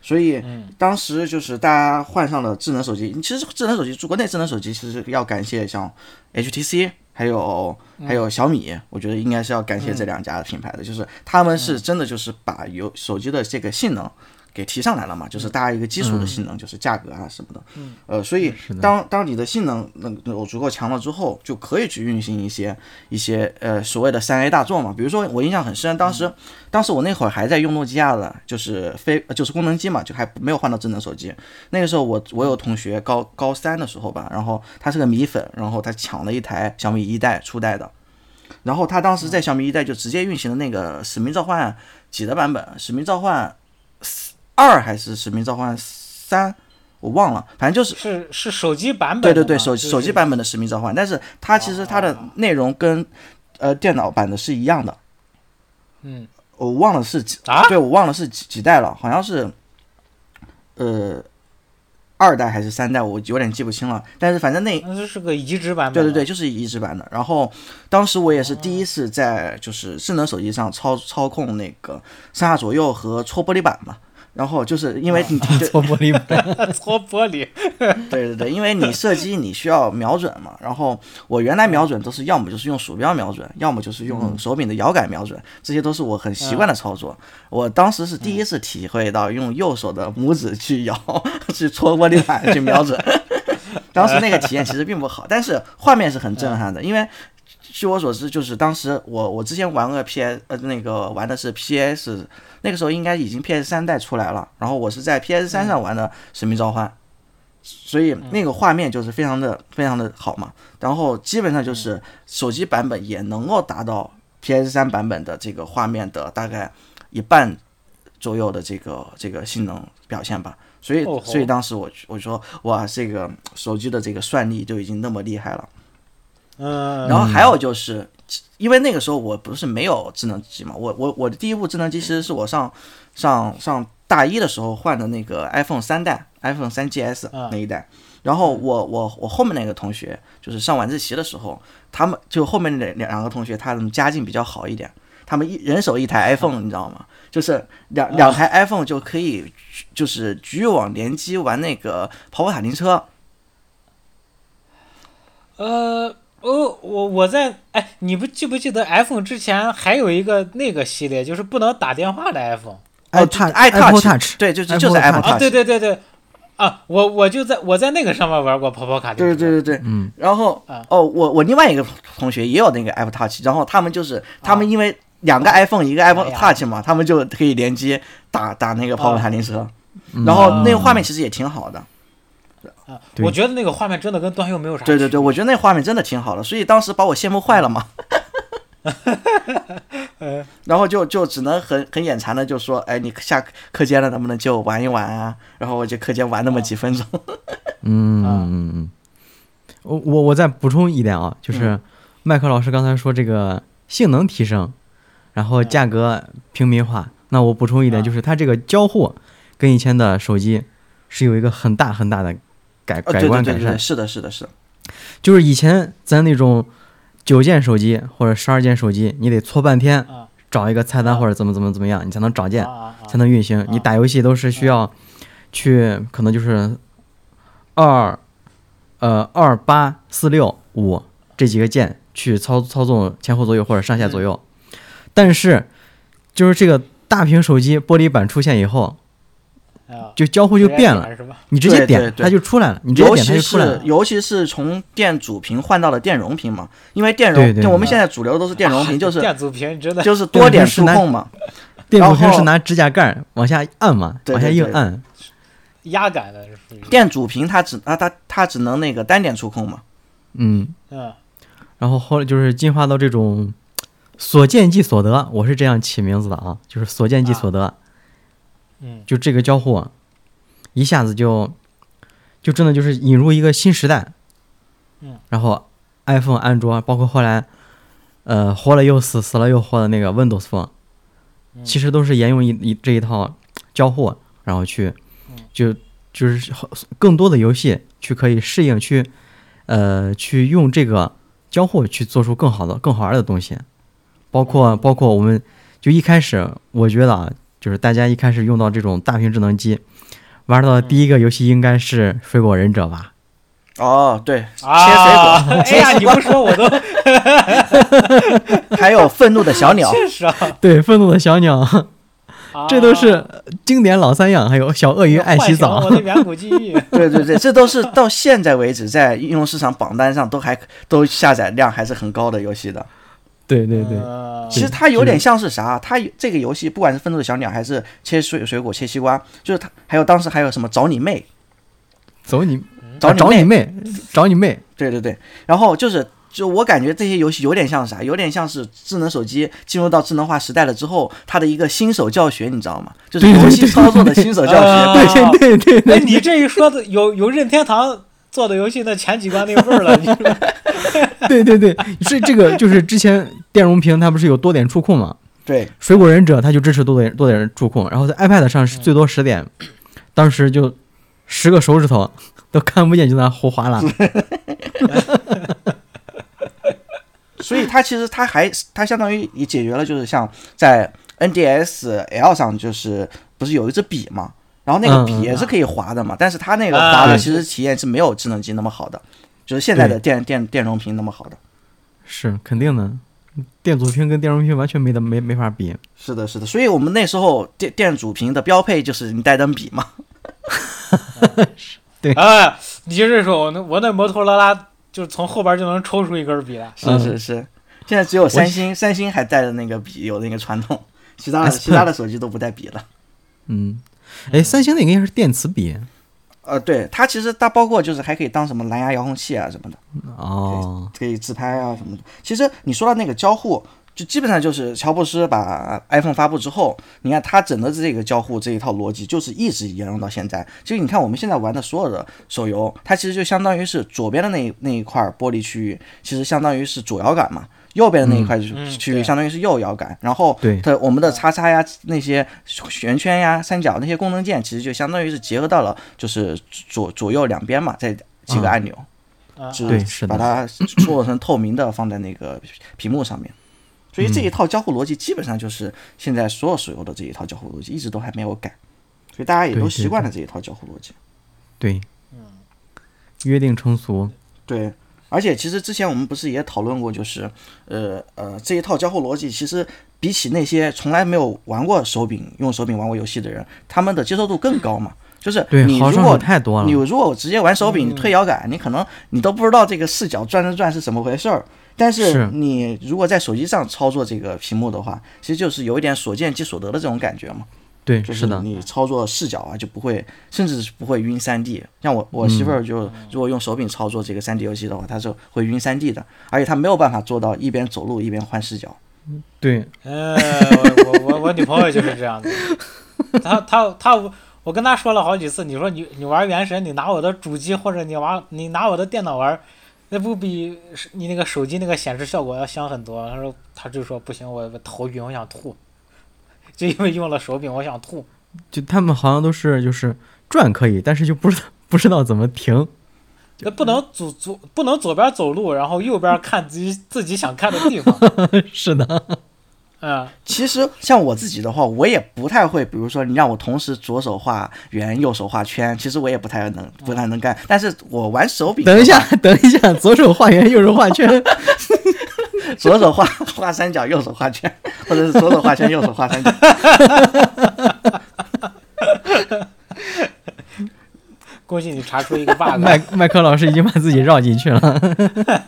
S3: 所以当时就是大家换上了智能手机，其实智能手机，国内智能手机其实要感谢像 HTC，还有还有小米，我觉得应该是要感谢这两家品牌的，就是他们是真的就是把有手机的这个性能。给提上来了嘛，就是大家一个基础的性能，就是价格啊什么的，呃，所以当当你的性能能有足够强了之后，就可以去运行一些一些呃所谓的三 A 大作嘛，比如说我印象很深，当时、当时我那会儿还在用诺基亚的，就是非呃就是功能机嘛，就还没有换到智能手机。那个时候我我有同学高高三的时候吧，然后他是个米粉，然后他抢了一台小米一代初代的，然后他当时在小米一代就直接运行了那个《使命召唤》几的版本，《使命召唤二》还是《使命召唤三》，我忘了，反正就是
S1: 是是手机版本的
S3: 对
S1: 吗，
S3: 对对，手
S1: 就是哦
S3: 手机版本的使命召唤，但是它其实它的内容跟呃电脑版的是一样的。
S1: 嗯，
S3: 我忘了是几，
S1: 啊
S3: 对我忘了是几几代了，好像是呃二代还是三代，我有点记不清了。但是反正那
S1: 那就是个移植版
S3: 对
S1: 本，
S3: 对对，，就是移植版的。然后当时我也是第一次在就是智能手机上操操控那个上下左右和戳玻璃板嘛。然后就是因为
S1: 哦
S3: 你对
S2: 搓玻璃板，
S1: 搓玻璃，
S3: 对对对，因为你射击你需要瞄准嘛，然后我原来瞄准都是要么就是用鼠标瞄准，要么就是用手柄的摇杆瞄准，这些都是我很习惯的操作。我当时是第一次体会到用右手的拇指去摇、 去戳玻璃板、去瞄准， 当时那个体验其实并不好，但是画面是很震撼的，因为。据我所知，就是当时我我之前玩个 PS 呃那个玩的是 PS，那个时候应该已经 PS 三代出来了，然后我是在 PS 三上玩的《使命召唤》，所以那个画面就是非常的非常的好嘛。然后基本上就是手机版本也能够达到 PS 三版本的这个画面的大概一半左右的这个这个性能表现吧。所以
S1: 哦吼
S3: 所以当时我我说哇，这个手机的这个算力就已经那么厉害了。
S1: 嗯，
S3: 然后还有就是，因为那个时候我不是没有智能机嘛，我我我的第一部智能机其实是我上上上大一的时候换的那个 iPhone 三代，iPhone 三 GS
S1: 嗯
S3: 那一代。然后我我我后面那个同学，就是上晚自习的时候，他们就后面那两两个同学，他们家境比较好一点，他们一人手一台 iPhone，你知道吗？就是两两台 iPhone 就可以，就是局域网联机玩那个跑跑卡丁车。
S1: 呃。哦，我我在哎，你不记不记得 iPhone 之前还有一个那个系列，就是不能打电话的 iPhone
S3: 哦
S2: Touch-
S3: ，i
S2: Apple Touch
S3: 对，就就就是
S2: Apple
S3: Apple
S1: 啊，
S2: Touch
S3: Touch，
S1: 对对对对，啊，我我就在我在那个上面玩过跑跑卡丁
S3: 对
S1: 车，
S3: 对对对，
S2: 嗯，
S3: 然后
S1: 啊
S3: 哦，我我另外一个同学也有那个 Apple Touch，然后他们就是他们因为两个 iPhone 一个 Apple
S1: 啊哎呀
S3: Touch 嘛，他们就可以联机打打那个跑跑
S1: 啊
S3: 卡丁车，
S2: 嗯
S3: 然后那个画面其实也挺好的。
S1: 嗯啊，
S2: 对
S1: 我觉得那个画面真的跟端游没有啥
S3: 对对
S1: 区别
S3: 对，我觉得那画面真的挺好的，所以当时把我羡慕坏了嘛。 然后就就只能很很眼馋的就说，哎，你下课间了能不能借我玩一玩啊？然后我就课间玩那
S1: 哦
S3: 么几分钟。
S2: 嗯
S1: 啊
S2: 嗯嗯嗯，我我我再补充一点啊，
S3: 嗯
S2: 就是麦克老师刚才说这个性能提升，然后价格平民化，那我补充一点，
S1: 啊
S2: 就是它这个交互跟以前的手机是有一个很大很大的改改
S3: 哦，对对
S2: 观
S3: 对
S2: 改
S3: 对，
S2: 善，
S3: 是的，是的，是的，
S2: 就是以前咱那种九键手机或者十二键手机，你得搓半天
S1: 啊
S2: 找一个菜
S1: 啊
S2: 单或者怎么怎么怎么样，你才能找键
S1: 啊。啊啊
S2: 才能运行。你
S1: 啊
S2: 打游戏都是需要去，可能就是二呃二八四六五这几个键去操操纵前后左右或者上下左右。
S3: 嗯
S2: 但是就是这个大屏手机玻璃板出现以后，
S1: 啊，
S2: 就交互就变了，
S1: 直接点是吧？
S2: 你直接
S3: 对
S2: 点
S3: 对对
S2: 它就出来了，你直接
S3: 尤
S2: 点它
S3: 其
S2: 就出来
S3: 是
S2: 了。
S3: 尤其是从电阻屏换到了电容屏嘛，因为电
S2: 对
S3: 容
S2: 对
S3: 就我们现在主流都是电容屏，就是
S1: 啊电阻屏，真的
S3: 就是
S2: 电
S3: 多
S2: 容屏
S3: 点
S2: 是
S3: 触
S2: 拿
S3: 控嘛，
S2: 电阻屏
S3: 然后
S2: 是拿指甲盖儿往下按嘛，
S3: 对
S2: 往下
S3: 对
S2: 硬
S3: 对
S2: 按。
S1: 压感的，属于
S3: 电阻屏它只它啊它它只能那个单点触控嘛，
S2: 嗯，
S1: 嗯，
S2: 然后后来就是进化到这种所见即所得，我是这样起名字的啊，就是所见即所得。
S1: 嗯，
S2: 就这个交互，啊一下子就就真的就是引入一个新时代。
S1: 嗯，
S2: 然后 iPhone、安卓，包括后来呃活了又死，死了又活的那个 Windows Phone，
S1: 嗯
S2: 其实都是沿用一一这一套交互，然后去
S1: 嗯
S2: 就就是后更多的游戏去可以适应去呃去用这个交互去做出更好的、更好玩的东西，包括
S1: 嗯
S2: 包括我们就一开始我觉得啊，就是大家一开始用到这种大屏智能机，玩到的第一
S1: 嗯
S2: 个游戏应该是《水果忍者》吧？
S3: 哦对，
S1: 啊，哎
S3: 切水果
S1: 呀，你不说我都
S3: 还有愤怒的小 鸟，
S1: 确实啊，
S2: 对，愤怒的小鸟，
S1: 啊
S2: 这都是经典老三样，还有小鳄鱼爱洗
S1: 唤醒
S2: 澡
S1: 了我。的远古记忆，
S3: 对对对，这都是到现在为止在应用市场榜单上都还都下载量还是很高的游戏的。
S2: 对对嗯对，
S1: 嗯
S3: 其实它有点像是啥，它有这个游戏不管是愤怒的小鸟还是切水水果切西瓜，就是它还有当时还有什么找你妹，
S2: 走你
S3: 找
S2: 啊
S3: 你
S2: 找
S3: 妹
S2: 你妹，找你妹，
S3: 对对对，然后就是就我感觉这些游戏有点像啥，有点像是智能手机进入到智能化时代了之后，它的一个新手教学，你知道吗？就是
S2: 对对
S3: 游戏
S2: 对
S3: 操作的新手教学。
S1: 啊
S2: 对
S3: 哦
S2: 对对
S1: 哎，
S2: 对，
S1: 你这一说的有有任天堂做的游戏那前几关那味儿了，你说
S2: 对对对，是这个就是之前电容屏它不是有多点触控嘛？
S3: 对
S2: 水果忍者它就支持多点多点触控，然后在 iPad 上是最多十点，当时就十个手指头都看不见，就在那胡划 拉。
S3: 所以它其实它还它相当于也解决了，就是像在 NDS L 上，就是不是有一支笔嘛？然后那个笔
S2: 嗯嗯
S3: 也是可以滑的嘛，但是它那个
S1: 啊
S3: 滑的
S1: 对
S3: 其实体验是没有智能机那么好的，就是现在的
S2: 对
S3: 电电电容屏那么好的。
S2: 是肯定的，电阻屏跟电容屏完全没得没没法比。
S3: 是的，是的，所以我们那时候电电阻屏的标配就是你带灯笔嘛。
S1: 哎，你就这说，我那我那摩托罗拉就是从后边就能抽出一根笔来，
S3: 是是是，现在只有三星，三星还带着那个笔，有那个传统，其他的其他的手机都不带笔了。
S2: 嗯，哎，三星的应该是电磁笔
S3: 呃，对，它其实它包括就是还可以当什么蓝牙遥控器啊什么的，
S2: 哦，
S3: 可以自拍啊什么的。其实你说到那个交互，就基本上就是乔布斯把 iPhone 发布之后，你看他整个这个交互这一套逻辑，就是一直沿用到现在。其实你看我们现在玩的所有的手游，它其实就相当于是左边的那一那一块玻璃区域，其实相当于是左摇杆嘛。右边的那一块区
S1: 嗯
S3: 区域
S1: 对
S3: 相当于是右摇杆，然后
S2: 对
S3: 它我们的叉叉呀、那些圆圈呀、三角那些功能键，其实就相当于是结合到了就是左左右两边嘛，这几个按钮。
S1: 啊，
S3: 就
S2: 对是的
S3: 把它做成透明的，放在那个屏幕上面。所以这
S2: 嗯
S3: 一套交互逻辑基本上就是现在所有手游的这一套交互逻辑，一直都还没有改，所以大家也
S2: 对
S3: 都
S2: 对
S3: 习惯了这一套交互逻辑。
S2: 对，
S3: 嗯
S2: 约定成俗。
S3: 对，而且其实之前我们不是也讨论过，就是呃呃这一套交互逻辑，其实比起那些从来没有玩过手柄、用手柄玩过游戏的人，他们的接受度更高嘛。就是
S2: 对，
S3: 你
S2: 好
S3: 如
S2: 上
S3: 果
S2: 手太多
S3: 你
S2: 了。嗯
S3: 如果直接玩手柄，你推摇杆，你可能你都不知道这个视角转着转是怎么回事儿。但是
S2: 是
S3: 你如果在手机上操作这个屏幕的话，其实就是有一点所见即所得的这种感觉嘛，
S2: 对，
S3: 就是
S2: 的，
S3: 你操作视角啊就不会，甚至是不会晕3 D。像我我媳妇
S2: 嗯
S3: 儿就如果用手柄操作这个3 D 游戏的话，她是会晕3 D 的，而且她没有办法做到一边走路一边换视角。
S2: 对，
S1: 嗯，我我我我女朋友就是这样的，她她她，我跟她说了好几次，你说你你玩原神，你拿我的主机或者你玩你拿我的电脑玩，那不比是你那个手机那个显示效果要香很多？她说她就说不行，我我头晕，我想吐， 就因为用了手柄，我想吐。
S2: 就他们好像都是就是转可以，但是就不知道不知道怎么停。
S1: 那不能左左不能左边走路，然后右边看自己自己想看的地方。
S2: 是的，
S1: 嗯，
S3: 其实像我自己的话，我也不太会，比如说你让我同时左手画圆，右手画圈，其实我也不太能不太能干。但是我玩手柄，
S2: 等一下，，等一下，左手画圆，右手画圈。
S3: 左手画画三角，右手画圈，或者是左手画圈，右手画三角。
S1: 查出一个 bug，
S2: 麦麦克老师已经把自己绕进去了。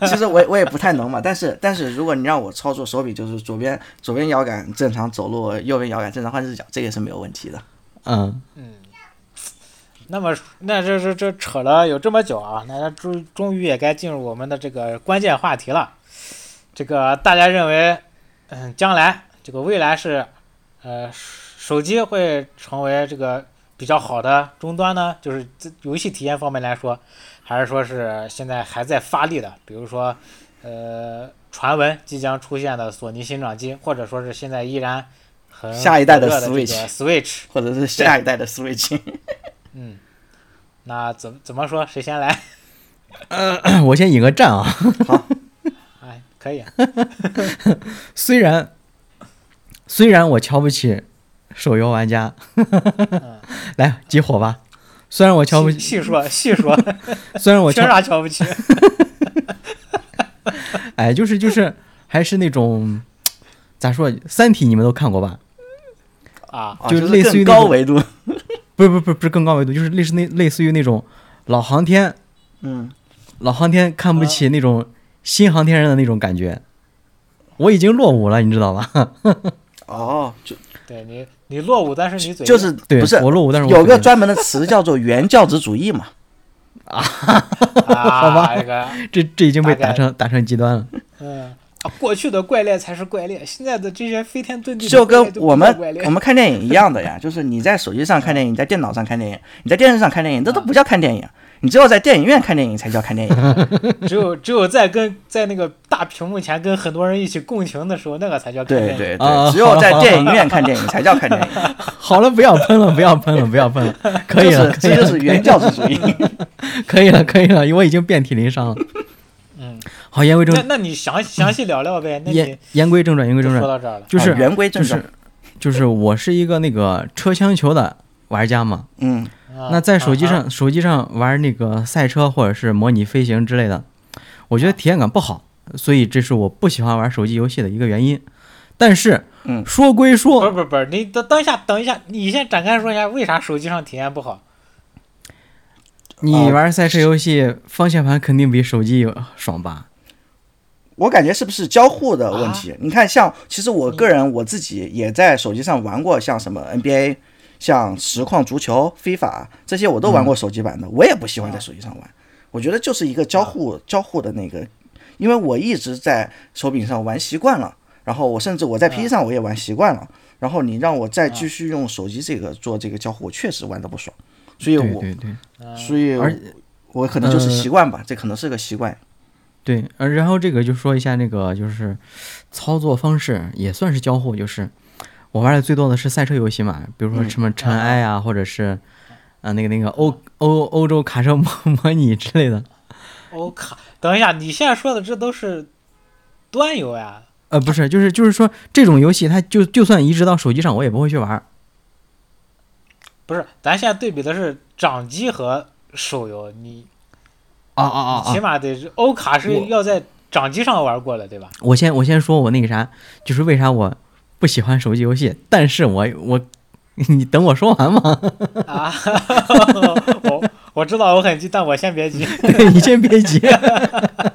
S3: 其实我也我也不太能嘛，但是但是如果你让我操作手柄，就是左边左边摇杆正常走路，右边摇杆正常换视角，这也是没有问题的。
S2: 嗯，
S1: 那么那这这这扯了有这么久啊，那终终于也该进入我们的这个关键话题了。这个大家认为，嗯，将来这个未来是，呃，手机会成为这个比较好的终端呢？就是这游戏体验方面来说，还是说是现在还在发力的？比如说，呃，传闻即将出现的索尼新掌机，或者说是现在依然很
S3: 下一代的
S1: 火热的
S3: Switch
S1: Switch，
S3: 或者是下一代 的 Switch，
S1: 嗯，那怎怎么说？谁先来？
S2: 我先引个战啊，
S1: 哎，可以，
S2: 虽然虽然我瞧不起手游玩家，
S1: 嗯，
S2: 来集火吧。虽然我瞧不
S1: 细
S2: 起，
S1: 细 说细说，
S2: 虽然我
S1: 凭
S2: 瞧，
S1: 啥瞧不起？
S2: 哎，就是就是，还是那种咋说，《三体》你们都看过吧？
S1: 啊，
S3: 啊
S2: 就
S3: 就是
S2: 类似于
S3: 更
S2: 那
S3: 高
S2: 种
S3: 维度。
S2: 不是不是不是不是更高维度，就是类似那类似于那种老航天
S3: 嗯，
S2: 老航天看不起那种新航天人的那种感觉。我已经落伍了，你知道吧？
S3: 哦，就
S1: 对你你落伍，但是你嘴
S3: 就
S1: 硬
S3: 是
S2: 对，
S3: 不是
S2: 我落伍，但是我
S3: 有个
S2: 觉得
S3: 专门的词叫做原教旨主义嘛？
S1: 啊，
S2: 好吧
S1: 这个
S2: 这这已经被
S1: 大概
S2: 打成打成极端了。
S1: 嗯啊，过去的怪猎才是怪猎，现在的这些飞天遁地的
S3: 就
S1: 怪
S3: 跟
S1: 猎不
S3: 我
S1: 叫
S3: 们
S1: 怪猎
S3: 我们看电影一样的呀，就是你在手机上看电影，你在电脑上看电影，你在电视上看电影，这都不叫看电影，你只有在电影院看电影才叫看 电影。
S1: 只有只有在跟在那个大屏幕前跟很多人一起共情的时候，那个才叫看
S3: 对
S1: 电影
S3: 对
S2: 啊
S3: 对，只有在电影院看 电影才叫看电影，
S2: 好了，不要喷了，不要喷了，不要喷 了，可以了，
S3: 就
S2: 可
S3: 是
S2: 以
S3: 这就是
S2: 了，
S3: 原教旨主义。
S2: 可以了，可以了，我已经遍体鳞伤了。
S1: 嗯，
S2: 好，言归
S1: 那
S2: 正
S1: 那你详详细聊聊呗，那
S2: 言
S1: 你
S2: 言归正传，言归
S1: 就
S2: 正
S1: 说
S2: 传，
S1: 到这儿了，
S2: 就
S3: 啊
S2: 是
S3: 言归
S2: 就
S3: 正传
S2: 是。就是我是一个那个车厢球的玩家嘛，
S3: 嗯，
S1: 啊
S2: 那在手机
S1: 啊
S2: 上手机上玩那个赛车或者是模拟飞行之类的，我觉得体验感不好，所以这是我不喜欢玩手机游戏的一个原因。但是
S3: 嗯
S2: 说归
S1: 不是
S2: 说，
S1: 不是不是，你等等一下等一下，你先展开说一下为啥手机上体验不好？
S2: 你玩赛车游戏方向盘肯定比手机爽吧？
S3: 我感觉是不是交互的问
S2: 啊
S3: 题？你看像，其实我个人我自己也在手机上玩过，像什么 NBA。像实况足球、非法这些我都
S2: 嗯
S3: 玩过手机版的，我也不
S2: 啊
S3: 喜欢在手机上玩。我觉得就是一个交互、交互的那个，因为我一直在手柄上玩习惯了，然后我甚至我
S2: 啊
S3: 在 P 上我也玩习惯了，然后你让我再继续用手机这个做这个交互，我确实玩的不爽。所以
S2: 对
S3: 我，
S2: 对对
S3: 所以我
S2: 而
S3: 我可能就是
S2: 呃
S3: 习惯吧，这可能是个习惯。
S2: 对，呃，然后这个就说一下那个就是操作方式，也算是交互，就是我玩的最多的是赛车游戏嘛，比如说
S3: 嗯
S2: 什么尘埃啊，或者是啊那个那个欧欧欧洲卡车模模拟之类的。
S1: 我、哦靠，等一下，你现在说的这都是端游呀？
S2: 呃，不是，就是就是说，这种游戏它就就算移植到手机上，我也不会去玩儿。
S1: 不是，咱现在对比的是掌机和手游，你
S2: 啊啊啊
S1: 起！码得是欧卡是
S2: 我
S1: 要在掌机上玩过的，对吧？
S2: 我先我先说，我那个啥，就是为啥我不喜欢手机游戏，但是我我， 你等我说完嘛，
S1: 啊，我我知道我很急，但我先别急。
S2: 对你先别急。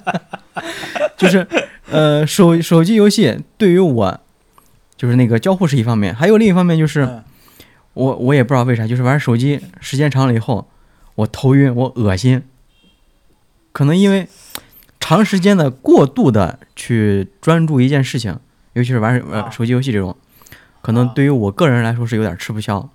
S2: 就是呃，手手机游戏对于我，就是那个交互是一方面，还有另一方面就是
S1: 嗯
S2: 我我也不知道为啥，就是玩手机时间长了以后，我头晕，我恶心，可能因为长时间的过度的去专注一件事情，尤其是玩
S1: 啊
S3: 哦
S2: 呃手机游戏这种，可能
S1: 啊
S2: 对于我个人来说是有点吃不
S3: 哦
S2: 消。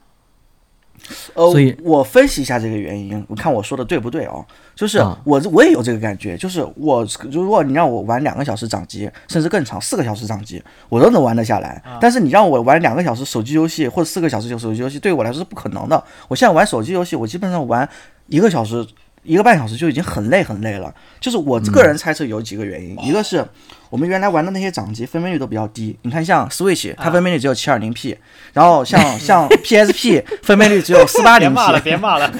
S3: 呃，
S2: 所以
S3: 我分析一下这个原因，我看我说的对不对哦？就是
S2: 啊
S3: 我我也有这个感觉，就是我如果你让我玩两个小时掌机，甚至更长四个小时掌机，我都能玩得下来。但是你让我玩两个小时手机游戏或者四个小时手机游戏，对我来说是不可能的。我现在玩手机游戏，我基本上玩一个小时、一个半小时就已经很累很累了。就是我个人猜测有几个原
S1: 嗯
S3: 因，一个是我们原来玩的那些掌机分辨率都比较低，你看像 Switch
S1: 啊
S3: 它分辨率只有 720P，、然 后像像 PSP 分辨率只有
S1: 别骂了，
S3: 480P，
S1: 别骂 了。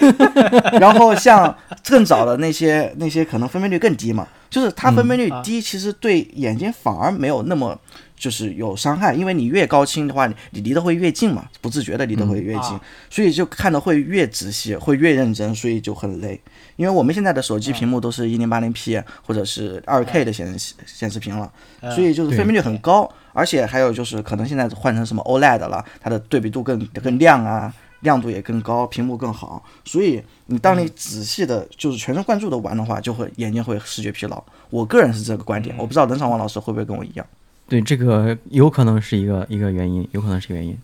S3: 然后像更早的那些那些可能分辨率更低嘛，就是它分辨率低，其实对眼睛反而没有那么就是有伤害，因为你越高清的话，你你离得会越近嘛，不自觉的离得会越近，
S1: 啊
S3: 所以就看的会越仔细，会越认真，所以就很累。因为我们现在的手机屏幕都是一零八零 P 或者是二 K 的显示显示屏了，所以就是分辨率很高，而且还有就是可能现在换成什么 OLED 了，它的对比度更更亮啊，亮度也更高，屏幕更好，所以你当你仔细的就是全神贯注的玩的话，就会眼睛会视觉疲劳。我个人是这个观点，我不知道冷场王老师会不会跟我一样。
S2: 对，这个有可能是一个一个原因，有可能是原因。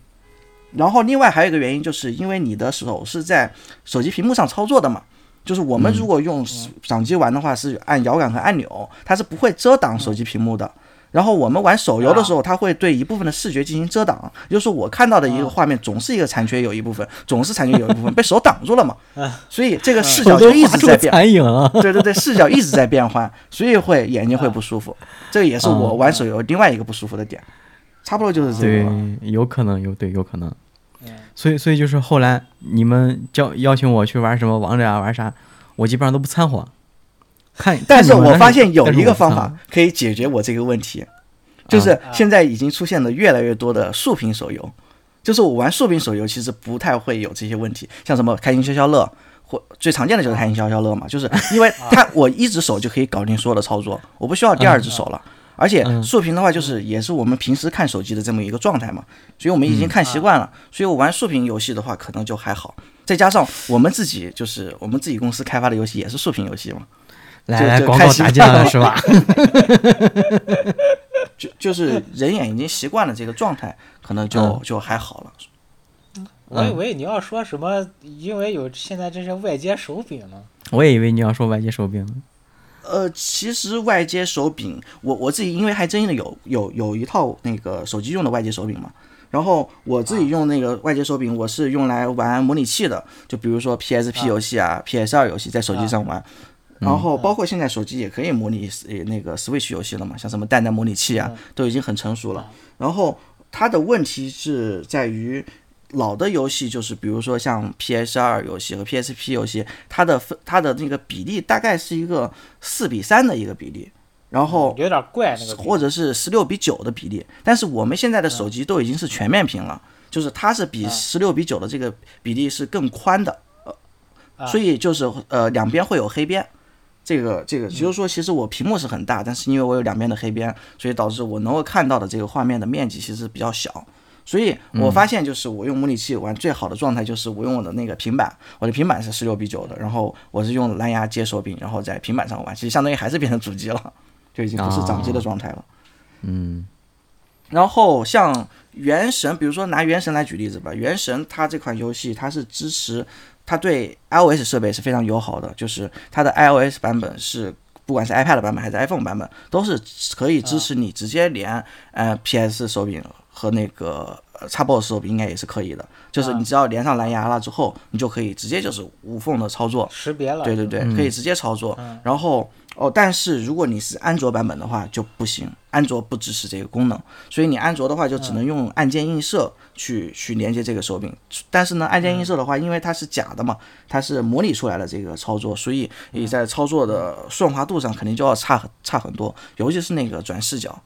S3: 然后另外还有一个原因，就是因为你的手是在手机屏幕上操作的嘛，就是我们如果用手掌机玩的话，是按摇杆和按钮，它是不会遮挡手机屏幕的。然后我们玩手游的时候，它会对一部分的视觉进行遮挡，也就是说我看到的一个画面总是一个残缺有一部分，总是残缺有一部分 被手挡住了嘛，所以这个视角
S2: 手
S3: 就
S2: 都
S3: 一
S2: 画
S3: 直
S2: 出
S3: 在 变。
S2: 残影了。
S3: 对对对，视角一直在变换，所以会眼睛会不舒服，这个也是我玩手游另外一个不舒服的点，差不多就是这
S2: 对
S3: 个了。，
S2: 有可能有，对，有可能。
S1: 嗯
S2: 所以，所以就是后来你们叫邀请我去玩什么王者啊，玩啥，我基本上都不掺和。看，
S3: 但是
S2: 看你们
S3: 我发现有
S2: 但是
S3: 一
S2: 我啊不
S3: 个
S2: 掺
S3: 方
S2: 和
S3: 法可以解决我这个问题，就是现在已经出现了越来越多的竖屏手游，就是我玩竖屏手游其实不太会有这些问题，像什么开心消消乐。或最常见的就是开心消消乐嘛， 就是因为
S2: 啊
S3: 它我一只手就可以搞定所有的操作，我不需要第二只手
S2: 嗯
S3: 了。而且竖屏的话，就是也是我们平时看手机的这么一个状态嘛，所以我们已
S2: 嗯
S3: 经看习惯了。所以我玩竖屏游戏的话，可能就还好。再加上我们自己就是我们自己公司开发的游戏也是竖屏游戏嘛，
S2: 来
S3: 就
S2: 来
S3: 就
S2: 广
S3: 开
S2: 告
S3: 始
S2: 打进 来了是吧？
S3: 就就是人眼已经习惯了这个状态，可能就、就还好了。
S1: 我
S3: 嗯
S1: 以为你要说什么，因为有现在这些外接手柄呢。
S2: 我也以为你要说外接手柄呢。
S3: 呃，其实外接手柄，我我自己因为还真的有有有一套那个手机用的外接手柄嘛，然后我自己用那个外接手柄，我是用来玩模拟器的，就比如说 PSP 游戏啊、PS2 啊游戏在手机上玩。然后包括现在手机也可以模拟呃那个 Switch 游戏了嘛，像什么蛋蛋模拟器啊，都已经很成熟了。然后它的问题是在于老的游戏，就是比如说像 PS2 游戏和 PSP 游戏，它的分它的那个比例大概是一个四比三的一个比例，然后
S1: 有点怪那个比例，嗯
S3: 哦或者是十六比九的比例。但是我们现在的手机都已经是全面屏了，就是它是比十六比九的这个比例是更宽的，
S1: 嗯
S3: 呃，所以就是呃两边会有黑边。这个这个，也就是说，其实我屏幕是很大，但是因为我有两边的黑边，所以导致我能够看到的这个画面的面积其实比较小。所以我发现，就是我用模拟器玩最好的状态，就是我用我的那个平板，我的平板是十六比九的，然后我是用蓝牙接手柄，然后在平板上玩，其实相当于还是变成主机了，就已经不是掌机的状态了。
S2: 嗯，
S3: 然后像《原神》，比如说拿《原神》来举例子吧，《原神》它这款游戏它是支持，它对 iOS 设备是非常友好的，就是它的 iOS 版本是。不管是 iPad 版本还是 iPhone 版本，都是可以支持你直接连呃 PS 手柄和那个呃 Xbox 手柄，应该也是可以的。就是你只要连上蓝牙了之后，你就可以直接就是无缝的操作，
S1: 识别了。
S3: 对对对，可以直接操作。然后哦，但是如果你是安卓版本的话就不行，安卓不支持这个功能，所以你安卓的话就只能用按键映射去、去连接这个手柄。但是呢，按键映射的话，因为它是假的嘛，它是模拟出来的这个操作，所以你在操作的顺滑度上肯定就要差很差很多，尤其是那个转视角。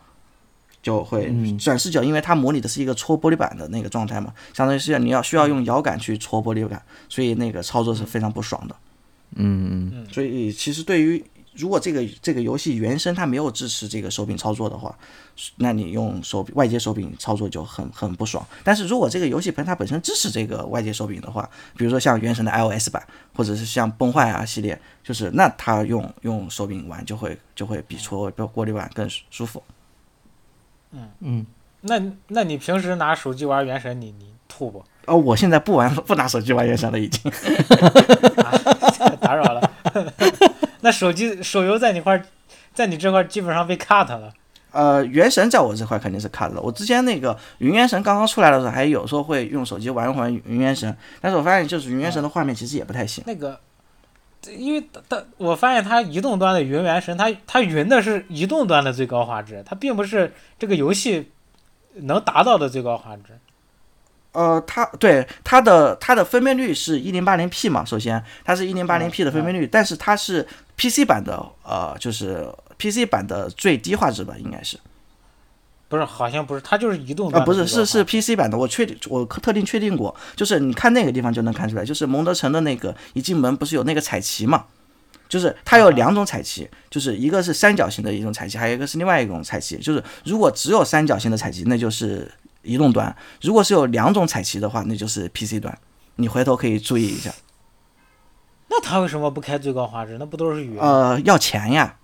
S3: 就会转视角，因为它模拟的是一个戳玻璃板的那个状态嘛，相当于是你要需要用摇杆去戳玻璃板，所以那个操作是非常不爽的。所以其实对于如果这个这个游戏原生它没有支持这个手柄操作的话，那你用手柄外接手柄操作就很很不爽。但是如果这个游戏本它本身支持这个外接手柄的话，比如说像原神的 iOS 版，或者是像崩坏啊系列，就是那它用用手柄玩就会就会比戳玻璃板更舒服。
S1: 那那你平时拿手机玩原神，你你吐不？
S3: 哦，我现在不玩不拿手机玩原神了，已经。
S1: 打扰了。 那手机手游在你块儿，在你这块儿基本上被 cut 了。
S3: 呃，原神在我这块肯定是卡的了。我之前那个云原神刚刚出来的时候，还有时候会用手机玩一玩云原神，但是我发现就是云原神的画面其实也不太行。
S1: 那个，因为它我发现它移动端的云原神，它它云的是移动端的最高画质，它并不是这个游戏能达到的最高画质。
S3: 呃，它对它的它的分辨率是一零八零 P 嘛，首先它是一零八零 P 的分辨率，但是它是 PC 版的，呃，就是 PC 版的最低画质吧，应该是。
S1: 不是，好像不是，它就是移动
S3: 啊，
S1: 端的
S3: 不是，
S1: 这个
S3: 是是
S1: 话
S3: PC 版的，我确定，我特定确定过，就是你看那个地方就能看出来，就是蒙德城的那个一进门不是有那个彩旗嘛，就是它有两种彩旗，就是一个是三角形的一种彩旗，还有一个是另外一种彩旗，就是如果只有三角形的彩旗，那就是移动端；如果是有两种彩旗的话，那就是 PC 端。你回头可以注意一下，
S1: 那它为什么不开最高画质？那不都是云？
S3: 呃，要钱呀。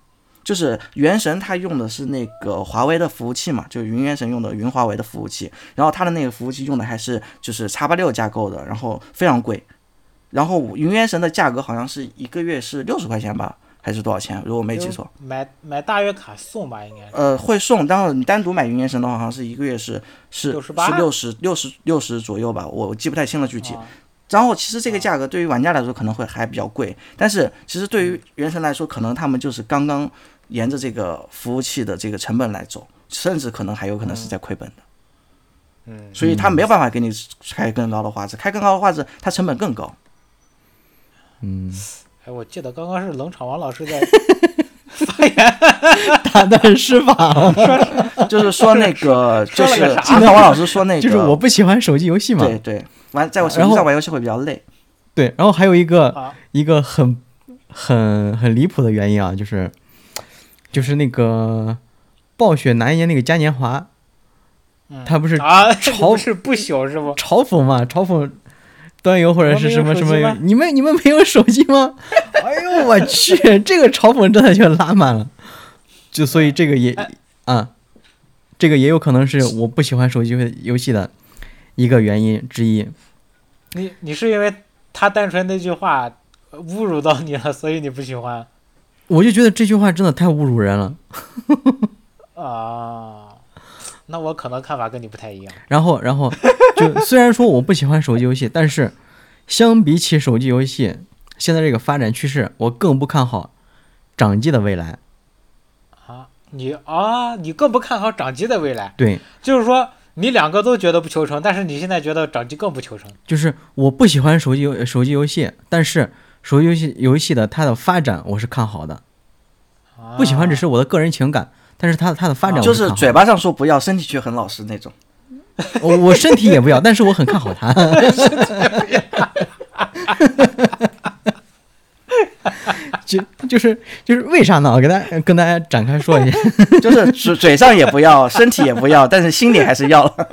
S3: 就是《原神》，它用的是那个华为的服务器嘛，就是云原神用的云华为的服务器，然后它的那个服务器用的还是就是 x 八六架构的，然后非常贵。然后云原神的价格好像是一个月是六十块钱吧，还是多少钱？如果我没记错，，
S1: 买买大月卡送吧，应该是。
S3: 呃，会送。但是你单独买云原神的话，好像是一个月是是是
S1: 68
S3: 六十六十六十左右吧，我记不太清了具体。
S1: 啊
S3: 然后其实这个价格对于玩家来说可能会还比较贵，但是其实对于原神来说，可能他们就是刚刚沿着这个服务器的这个成本来走，甚至可能还有可能是在亏本的。
S1: 嗯，
S3: 所以他没有办法给你开更高的画质，开更高的画质，它成本更高。
S2: 嗯，
S1: 哎，我记得刚刚是冷场王老师 在
S2: 打断施法，
S3: 就是说那 个，就
S1: 说
S3: 是
S1: 了个啥
S3: 今天王老师说那个，
S2: 哎就是我不喜欢手机游戏嘛。
S3: 对对玩在我手
S2: 然
S3: 机
S2: 后
S3: 上玩游戏会比较累。
S2: 对，然后还有一个
S1: 啊，
S2: 一个很很很离谱的原因啊，就是就是那个暴雪拿一年那个嘉年华
S1: 嗯
S2: 他不是
S1: 啊，
S2: 嘲
S1: 不是不朽是不？
S2: 嘲讽嘛，嘲讽端游或者是什么什么
S1: 我们有手机吗，
S2: 你们你们没有手机 吗？哎呦我去， 这个嘲讽真的就拉满了，就所
S1: 哎
S2: 以这个也啊，这个也有可能是我不喜欢手机游戏的一个原因之一。
S1: 你你是因为他单纯那句话呃侮辱到你了， 所以你不喜欢
S2: 我就觉得这句话真的太侮辱人了。
S1: 啊？那我可能看法跟你不太一样。
S2: 然后，然后就虽然说我不喜欢手机游戏，但是相比起手机游戏现在这个发展趋势，我更不看好掌机的未来。
S1: 啊，你啊，你更不看好掌机的未来，
S2: 对，
S1: 就是说你两个都觉得不求成，但是你现在觉得掌机更不求成。
S2: 就是我不喜欢手机游手机游戏，但是手机游戏游戏的它的发展我是看好的。
S1: 啊、
S2: 不喜欢只是我的个人情感，但是它它的发展
S3: 就
S2: 我
S3: 是
S2: 看好
S3: 嘴
S2: 的。
S3: 巴上说不要，身体却很老实那种。
S2: 我我身体也不要，但是我很看好它。 就就是就是为啥呢？我给大家跟大家展开说一下，
S3: 就是嘴嘴上也不要，身体也不要，但是心里还 是要了。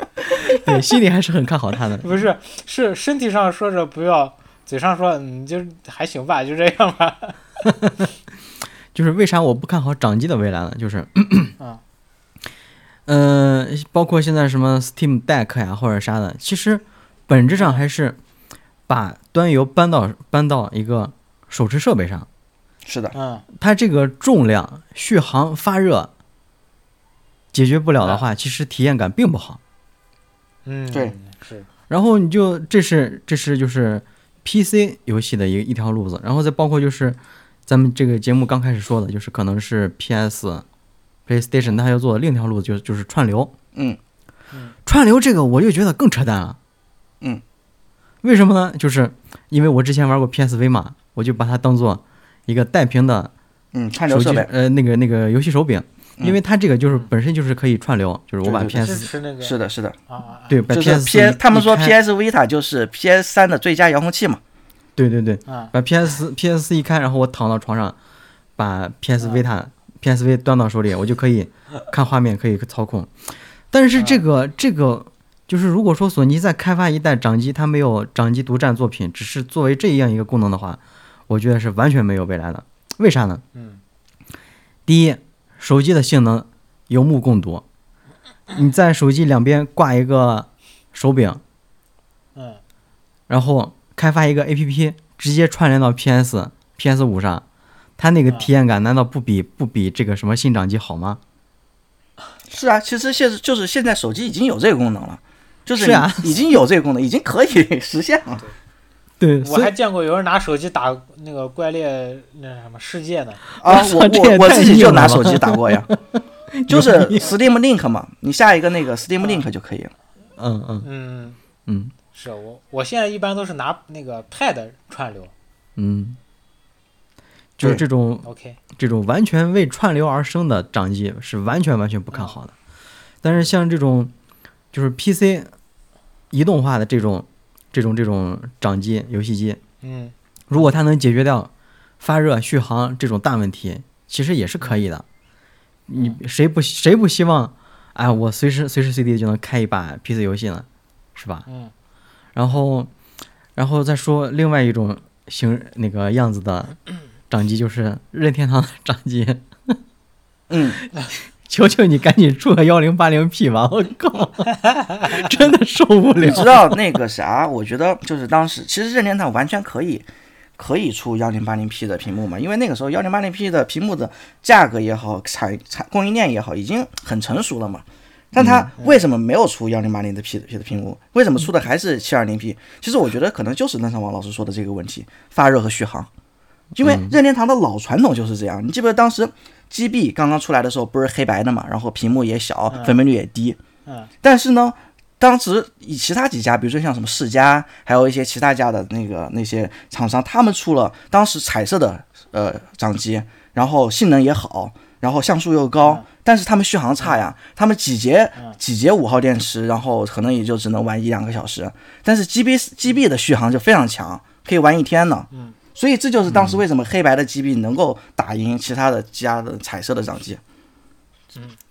S2: 对，心里还是很看好他的。
S1: 不是，是身体上说着不要，嘴上说嗯，就还行吧，就这样吧。
S2: 就是为啥我不看好掌机的未来呢？就是，
S1: 啊
S2: 嗯、包括现在什么 Steam Deck 呀或者啥的，其实本质上还是把端游搬到搬到一个手持设备上，
S3: 是的，
S1: 嗯，
S2: 它这个重量、续航、发热解决不了的话，其实体验感并不好。
S1: 嗯，
S3: 对，
S1: 是，
S2: 然后你就这是这是就是 PC 游戏的一一条路子，然后再包括就是咱们这个节目刚开始说的，就是可能是 PS、PlayStation 它要做的另一条路子，就是就是串流。
S3: 嗯，
S2: 串流这个我就觉得更扯淡了。
S3: 嗯，
S2: 为什么呢？就是因为我之前玩过 PSV 嘛，我就把它当做一个带屏的
S3: 嗯，串流
S2: 手
S3: 设
S2: 机
S3: 备
S2: 呃那个那个游戏手柄，
S3: 嗯
S2: 因为它这个就是本身就是可以串流，就是我把
S3: 对对
S2: PS
S1: 是吃那个
S3: 是的，是的，
S1: 啊啊，啊
S2: 对把
S3: 就是
S2: PS 一
S3: P，他们说
S2: 一开
S3: PS Vita 就是 PS 三的最佳遥控器嘛。
S2: 对对对，
S1: 啊，
S2: 把 PS PS 一开，然后我躺到床上，把 PS Vita、PSV 端到手里，我就可以看画面，可以操控。但是这个、这个就是，如果说索尼在开发一代掌机，它没有掌机独占作品，只是作为这样一个功能的话，我觉得是完全没有未来的。为啥呢？
S1: 嗯，
S2: 第一，手机的性能有目共睹，你在手机两边挂一个手柄，
S1: 嗯，
S2: 然后开发一个 APP，直接串联到 PS、PS 五上，它那个体验感难道不比不比这个什么新掌机好吗？
S3: 是啊，其实现在就是现在手机已经有这个功能了，就是
S2: 是啊
S3: 已经有这个功能，已经可以 实现 了。
S2: 对，
S1: 我
S2: 所
S1: 还
S2: 以
S1: 见过有人拿手机打那个怪猎那什么世界呢，
S3: 啊，
S2: 操
S3: 我
S2: 这也
S3: 我我
S2: 太
S3: 自己
S2: 硬
S3: 就
S2: 了
S3: 拿
S2: 吧
S3: 手机打 过呀，就是
S2: 牛逼
S3: Steam Link 嘛，你下一个那个 Steam
S2: 啊
S3: Link 就可以了。
S2: 嗯嗯
S1: 嗯，
S2: 嗯
S1: 是我我现在一般都是拿那个 Pad 串流
S2: 嗯，就是
S3: 对
S2: 这种
S1: ，OK，
S2: 啊这种完全为串流而生的掌机是完全完全不看好的。但是像这种就是 PC 移动化的这种这种这种掌机、游戏机，
S1: 嗯，
S2: 如果它能解决掉发热、续航这种大问题，其实也是可以的。你谁不谁不希望，哎，我随时随时随地就能开一把 PC 游戏呢，是吧？
S1: 嗯。
S2: 然后，然后再说另外一种形那个样子的掌机，就是任天堂的掌机。
S3: 嗯，
S2: 求求你赶紧出个幺零八零 P 吧！我靠， 真的受不
S3: 你知
S2: 了。
S3: 道那个啥？我觉得就是当时，其实任天堂完全可以可以出幺零八零 P 的屏幕嘛，因为那个时候幺零八零 P 的屏幕的价格也好，产产供应链也好，已经很成熟了嘛。但它为什么没有出幺零八零的 P 的 P 的屏幕？为什么出的还是七二零 P？其实我觉得可能就是任上王老师说的这个问题，发热和续航。因为任天堂的老传统就是这样，你记不记得当时 GB 刚刚出来的时候不是黑白的嘛，然后屏幕也小，分辨率也低。
S1: 嗯。
S3: 但是呢，当时以其他几家，比如说像什么世嘉，还有一些其他家的那个那些厂商，他们出了当时彩色的呃掌机，然后性能也好，然后像素又高，但是他们续航差呀，他们几节几节五号电池，然后可能也就只能玩一两个小时，但是 GB GB 的续航就非常强，可以玩一天呢。嗯。所以这就是当时为什么黑白的 GB 能够打赢其他的家的彩色的掌机。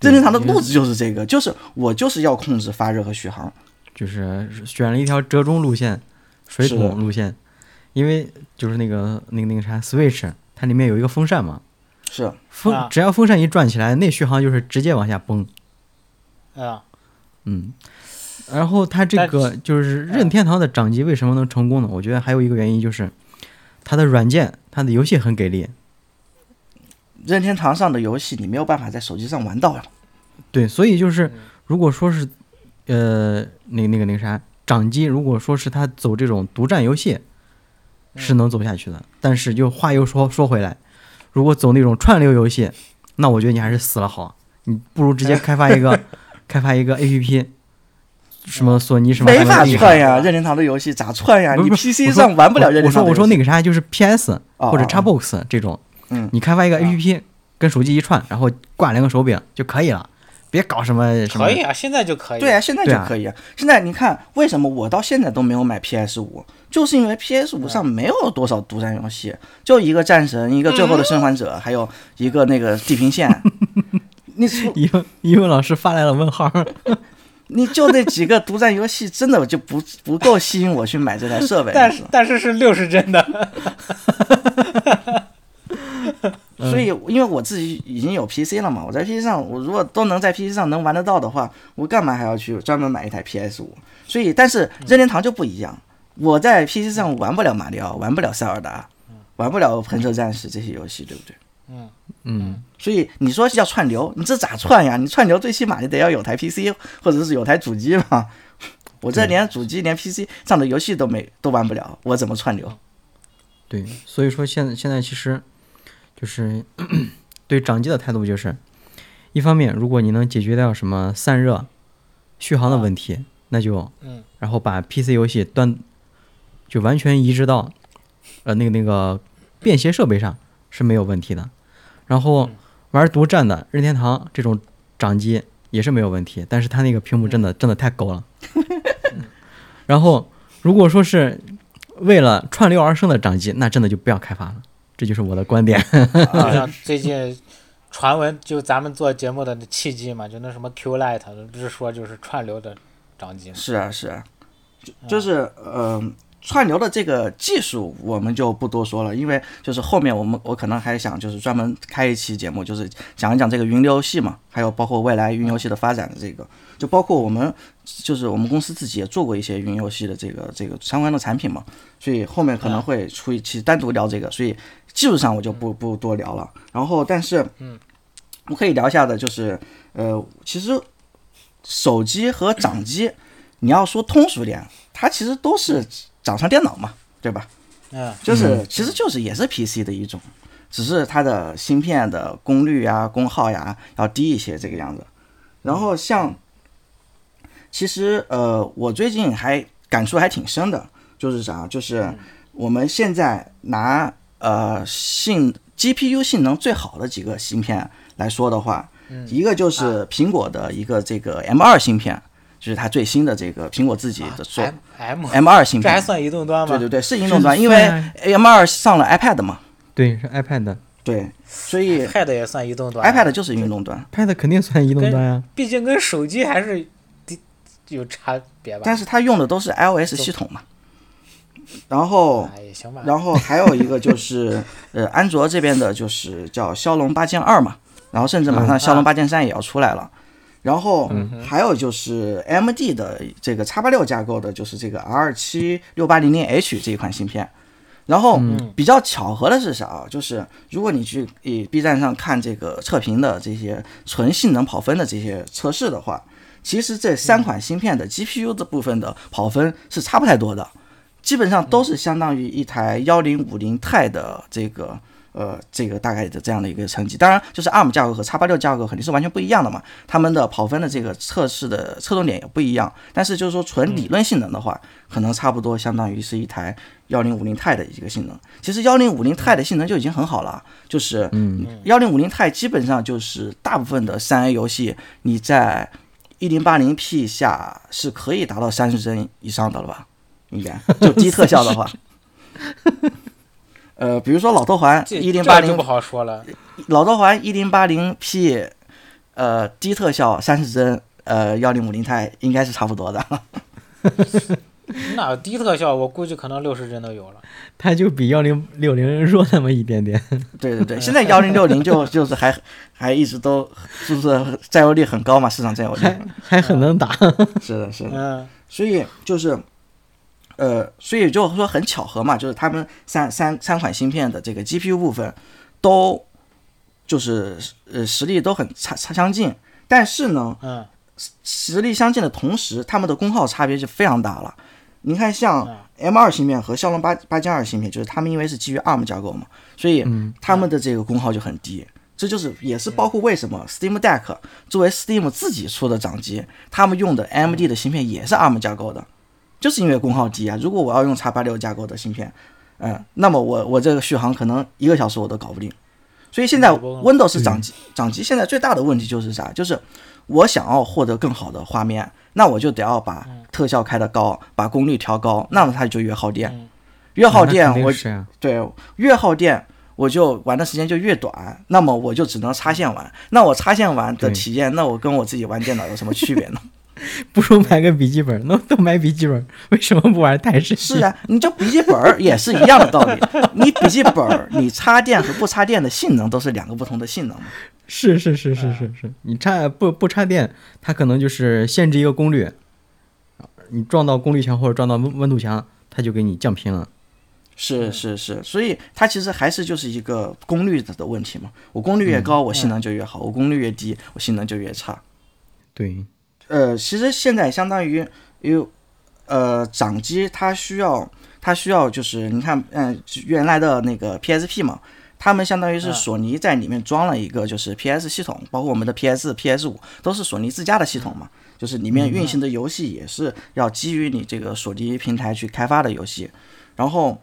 S3: 任天堂的路子就是这个，就是我就是要控制发热和续航。
S2: 就是选了一条折中路线，水
S3: 是的
S2: 桶路线，因为就是那个那个那个啥 Switch，它里面有一个风扇嘛，
S3: 是，
S1: 啊
S2: 风只要风扇一转起来，那续航就是直接往下崩。
S1: 啊，
S2: 嗯，然后它这
S1: 但
S2: 个就是任天堂的掌机为什么能成功呢？我觉得还有一个原因就是它的软件，它的游戏很给力。
S3: 任天堂上的游戏你没有办法在手机上玩到呀。
S2: 对，所以就是
S1: 嗯
S2: 如果说是呃那个那个那个啥掌机，如果说是它走这种独占游戏，
S3: 嗯
S2: 是能走下去的。但是就话又说说回来，如果走那种串流游戏，那我觉得你还是死了好，你不如直接开发一 个开发一个 APP，什么索尼什么
S3: 嗯没法
S2: 什么
S3: 串呀，任天堂的游戏咋串呀？
S2: 不是
S3: 你
S2: 不是
S3: PC
S2: 我说
S3: 上玩不了任
S2: 我
S3: 天
S2: 说
S3: 堂的游戏。
S2: 我说那个啥，就是 PS
S3: 哦
S2: 或者
S3: 哦哦
S2: Xbox 这种，
S3: 嗯
S2: 你开发一个
S1: 啊
S2: APP 跟手机一串，然后挂两个手柄就可以了，别搞什么什么
S1: 可。以啊，现在就可以。
S3: 对啊，，现在就
S2: 对啊
S3: 可以啊。现在你看，为什么我到现在都没有买 PS 五？就是因为 PS 五上没有多少独占游戏，就一个战神，一个最后的生还者，还有一个那个地平线。你除
S2: 一问一问老师发来了问号，
S3: 你就那几个独占游戏，真的就不不够吸引我去买这台设备。
S1: 但是但是是六十帧的。
S3: 所以，因为我自己已经有 PC 了嘛，我在 PC 上，我如果都能在 PC 上能玩得到的话，我干嘛还要去专门买一台 PS 五？所以，但是任天堂就不一样，我在 PC 上玩不了马里奥，玩不了塞尔达，玩不了喷射战士这些游戏，对不对？
S2: 嗯，
S3: 所以你说要串流，你这咋串呀？你串流最起码你得要有台 PC 或者是有台主机吧？ 我这连主机连 PC 上的游戏都没都玩不了，我怎么串流？
S2: 对，所以说现在现在其实就是 对掌机的态度就是，一方面如果你能解决掉什么散热、续航的问题，那就
S1: 嗯，
S2: 然后把 PC 游戏端就完全移植到呃那个那个便携设备上是没有问题的，然后玩独占的任天堂这种掌机也是没有问题，但是它那个屏幕真的真的太高了。 然后如果说是为了串流而生的掌机，那真的就不要开发了，这就是我的观点。
S1: 就啊像最近传闻，就咱们做节目的那契机嘛，就那什么 Q Lite，不是说就是串流的掌机嘛。
S3: 是啊，是啊，就就是呃，串流的这个技术我们就不多说了，因为就是后面我们我可能还想就是专门开一期节目，就是讲一讲这个云游戏嘛，还有包括未来云游戏的发展的这个，就包括我们就是我们公司自己也做过一些云游戏的这个这个相关的产品嘛，所以后面可能会出一期单独聊这个，所以技术上我就不不多聊了。然后但是嗯，我可以聊一下的就是呃，其实手机和掌机。你要说通俗点，它其实都是掌上电脑嘛，对吧？
S1: 嗯，
S3: 就是、其实就是也是 PC 的一种，只是它的芯片的功率啊、功耗呀、要低一些这个样子。然后像，其实呃，我最近还感触还挺深的，就是啥，就是我们现在拿呃性 GPU 性能最好的几个芯片来说的话，
S1: 嗯
S3: 一个就是苹果的一个这个 M 二芯片，就是它最新的这个苹果自己的做
S1: 啊 M，
S3: M 二芯
S1: ？M，M 这还
S2: 嗯
S3: 片，
S1: 算移动端
S3: 对
S1: 吗？
S3: 对对，是移
S2: 啊是
S3: 动端，因为
S2: 算
S3: M 二上了 iPad 嘛，
S2: 对，是 iPad，iPad
S3: 对，所以
S1: iPad 也算移动端啊
S3: iPad 就是运动端，
S2: 肯定算移动端啊呀、
S1: 毕竟跟手机还是的有差别吧。
S3: 但是它用的都是 iOS 系统嘛，然后。
S1: 啊也行吧。
S3: 哦然后还有一个就是，呃，安卓这边的就是叫骁龙八剑二嘛，然后甚至马上骁龙八剑三也要出来了。然后还有就是 AMD 的这个 X 八六架构的，就是这个 R 七六八零零 H 这一款芯片。然后比较巧合的是啥啊？就是如果你去以 B 站上看这个测评的这些纯性能跑分的这些测试的话，其实这三款芯片的 GPU 的部分的跑分是差不太多的，基本上都是相当于一台幺零五零 i 的这个呃这个大概的这样的一个成绩。当然，就是 ARM 架构和 x 八六架构肯定是完全不一样的嘛，他们的跑分的这个测试的侧重点也不一样。但是就是说纯理论性能的话，可能差不多相当于是一台幺零五零 i 的一个性能。其实幺零五零 i 的性能就已经很好了，就是幺零五零 i 基本上就是大部分的三 A 游戏你在一零八零 P 下是可以达到三十帧以上的了吧？应该就低特效的话，呃，比如说老头环
S1: 这
S3: 一零
S1: 这
S3: 八
S1: 就
S3: 零
S1: 不，好说了。
S3: 老头环一零八零 P，呃，低特效三十帧，呃，幺零五零 i 应该是差不多的。
S1: 那有低特效，我估计可能六十帧都有了。
S2: 它就比幺零六零弱那么一点 点。
S3: 对对对，现在幺零六零就就是还还一直都是不是占有率很高嘛？市 场占有率
S2: 还还很能打，
S3: 是的，是的。
S1: 嗯，
S3: 所以就是，呃，所以就说很巧合嘛，就是他们三三三款芯片的这个 GPU 部分都就是呃实力都很差差相近，但是呢，
S1: 嗯，
S3: 实力相近的同时，他们的功耗差别就非常大了。你看，像 M 二芯片和骁龙八八加二芯片，就是他们因为是基于 ARM 架构嘛，所以他们的这个功耗就很低。这就是也是包括为什么 Steam Deck 作为 Steam 自己出的掌机，他们用的 AMD 的芯片也是 ARM 架构的，就是因为功耗低啊。如果我要用 x 八六架构的芯片，嗯，那么我我这个续航可能一个小时我都搞不定。所以现在
S1: 嗯我
S3: Windows 掌机掌机现在最大的问题就是啥？就是我想要获得更好的画面，那我就得要把特效开得高，把功率调高，那么它就越耗电
S1: 嗯。
S3: 越耗
S2: 那
S3: 电
S2: 肯，定
S3: 我
S2: 是啊
S3: 对越耗电，我就玩的时间就越短，那么我就只能插线玩。那我插线玩的
S2: 对
S3: 体验，那我跟我自己玩电脑有什么 区别呢？
S2: 不如买个笔记本，那都买笔记本， 为什么不玩台式机？
S3: 是啊，你就笔记本儿也是一样的道理。你笔记本儿，你插电和不插电的性能都是两个不同的性能嘛。
S2: 是是是是是是，你插不不插电，它可能就是限制一个功率，你撞到功率墙或者撞到温温度墙，它就给你降频了。
S3: 是是是，所以它其实还是就是一个功率的问题嘛。我功
S2: 嗯
S3: 率越高，我性能就越好；我功率越低，我性能就越差。
S2: 对，
S3: 呃，其实现在相当于有呃掌机，它需要它需要就是你看，嗯、原来的那个 PSP 嘛，他们相当于是
S1: 嗯
S3: 索尼在里面装了一个就是 PS 系统，包括我们的 PS、PS 五都是索尼自家的系统嘛，就是里面运行的游戏也是要基于你这个索尼平台去开发的游戏，然后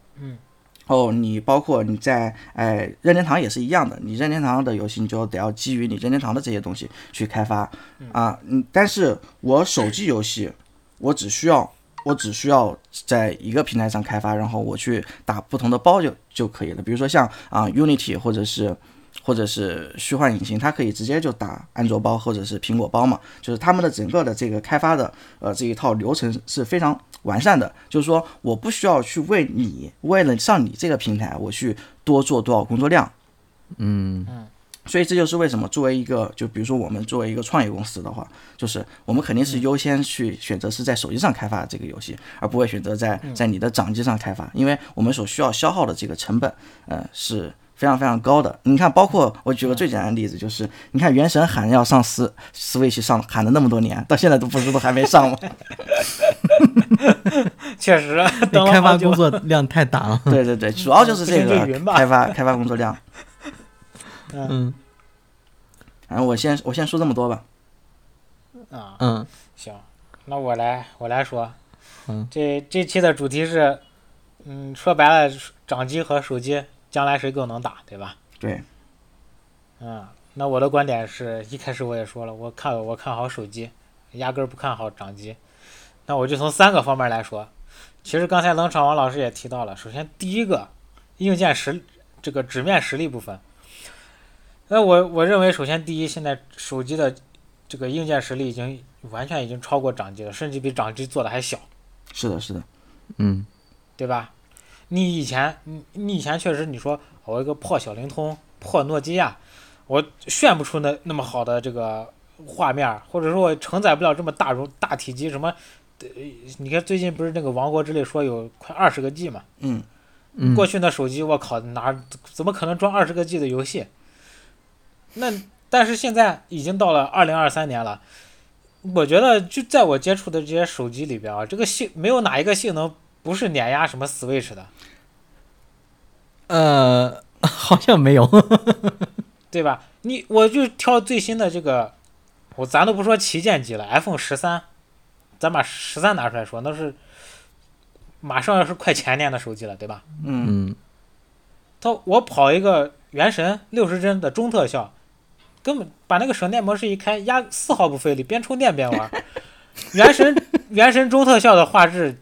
S3: 哦，你包括你在哎任天堂也是一样的，你任天堂的游戏你就得要基于你任天堂的这些东西去开发啊。嗯，但是我手机游戏，我只需要我只需要在一个平台上开发，然后我去打不同的包就就可以了。比如说像啊 Unity 或者是或者是虚幻引擎，它可以直接就打安卓包或者是苹果包嘛，就是他们的整个的这个开发的呃这一套流程是非常完善的，就是说我不需要去为你为了上你这个平台，我去多做多少工作量，
S2: 嗯，
S3: 所以这就是为什么作为一个，就比如说我们作为一个创业公司的话，就是我们肯定是
S1: 嗯
S3: 优先去选择是在手机上开发这个游戏，而不会选择在
S1: 嗯
S3: 在你的掌机上开发，因为我们所需要消耗的这个成本，呃，是非常非常高的。你看，包括我举个最简单的例子，就是你看《原神》喊要上 S Switch 上喊了那么多年，到现在都不是都还没 上吗？
S1: 嗯确实， 等
S2: 那
S1: 了
S2: 开
S1: 好
S2: 发
S1: 久
S2: 工作量太大了。
S3: 对对对，主要就是这
S1: 嗯不行
S3: 个
S1: 就云吧
S3: 开发开发工作量。
S2: 嗯
S3: 然嗯后我先我先说这么多吧。
S1: 啊。
S2: 嗯，
S1: 行，那我来我来说，
S2: 嗯
S1: 这这期的主题是，嗯，说白了，掌机和手机将来谁更能打，对吧？
S3: 对，
S1: 嗯，那我的观点是一开始我也说了，我看我看好手机，压根儿不看好掌机。那我就从三个方面来说，其实刚才冷场王老师也提到了，首先第一个硬件实这个纸面实力部分，那我我认为首先第一，现在手机的这个硬件实力已经完全已经超过掌机了，甚至比掌机做的还小，
S3: 是的，是的，
S2: 嗯，
S1: 对吧？你以前你你以前确实你说我一个破小灵通、破诺基亚，我炫不出那那么好的这个画面儿，或者说我承载不了这么大容大体积什么。呃，你看最近不是那个《王国之泪》说有快二十个 G 嘛？
S3: 嗯，
S2: 嗯
S1: 过去那手机我靠哪怎么可能装二十个 G 的游戏？那但是现在已经到了二零二三年了，我觉得就在我接触的这些手机里边啊，这个性没有哪一个性能不是碾压什么 Switch 的。
S2: 呃，好像没有，
S1: 对吧？你我就挑最新的这个，我咱都不说旗舰机了，iPhone 十三，咱把十三拿出来说，那是马上要是快前年的手机了，对吧？
S3: 嗯，
S2: 嗯，
S1: 它我跑一个《原神》六十帧的中特效，根本把那个省电模式一开，压丝毫不费力，边充电边玩。 原神原神中特效的画质，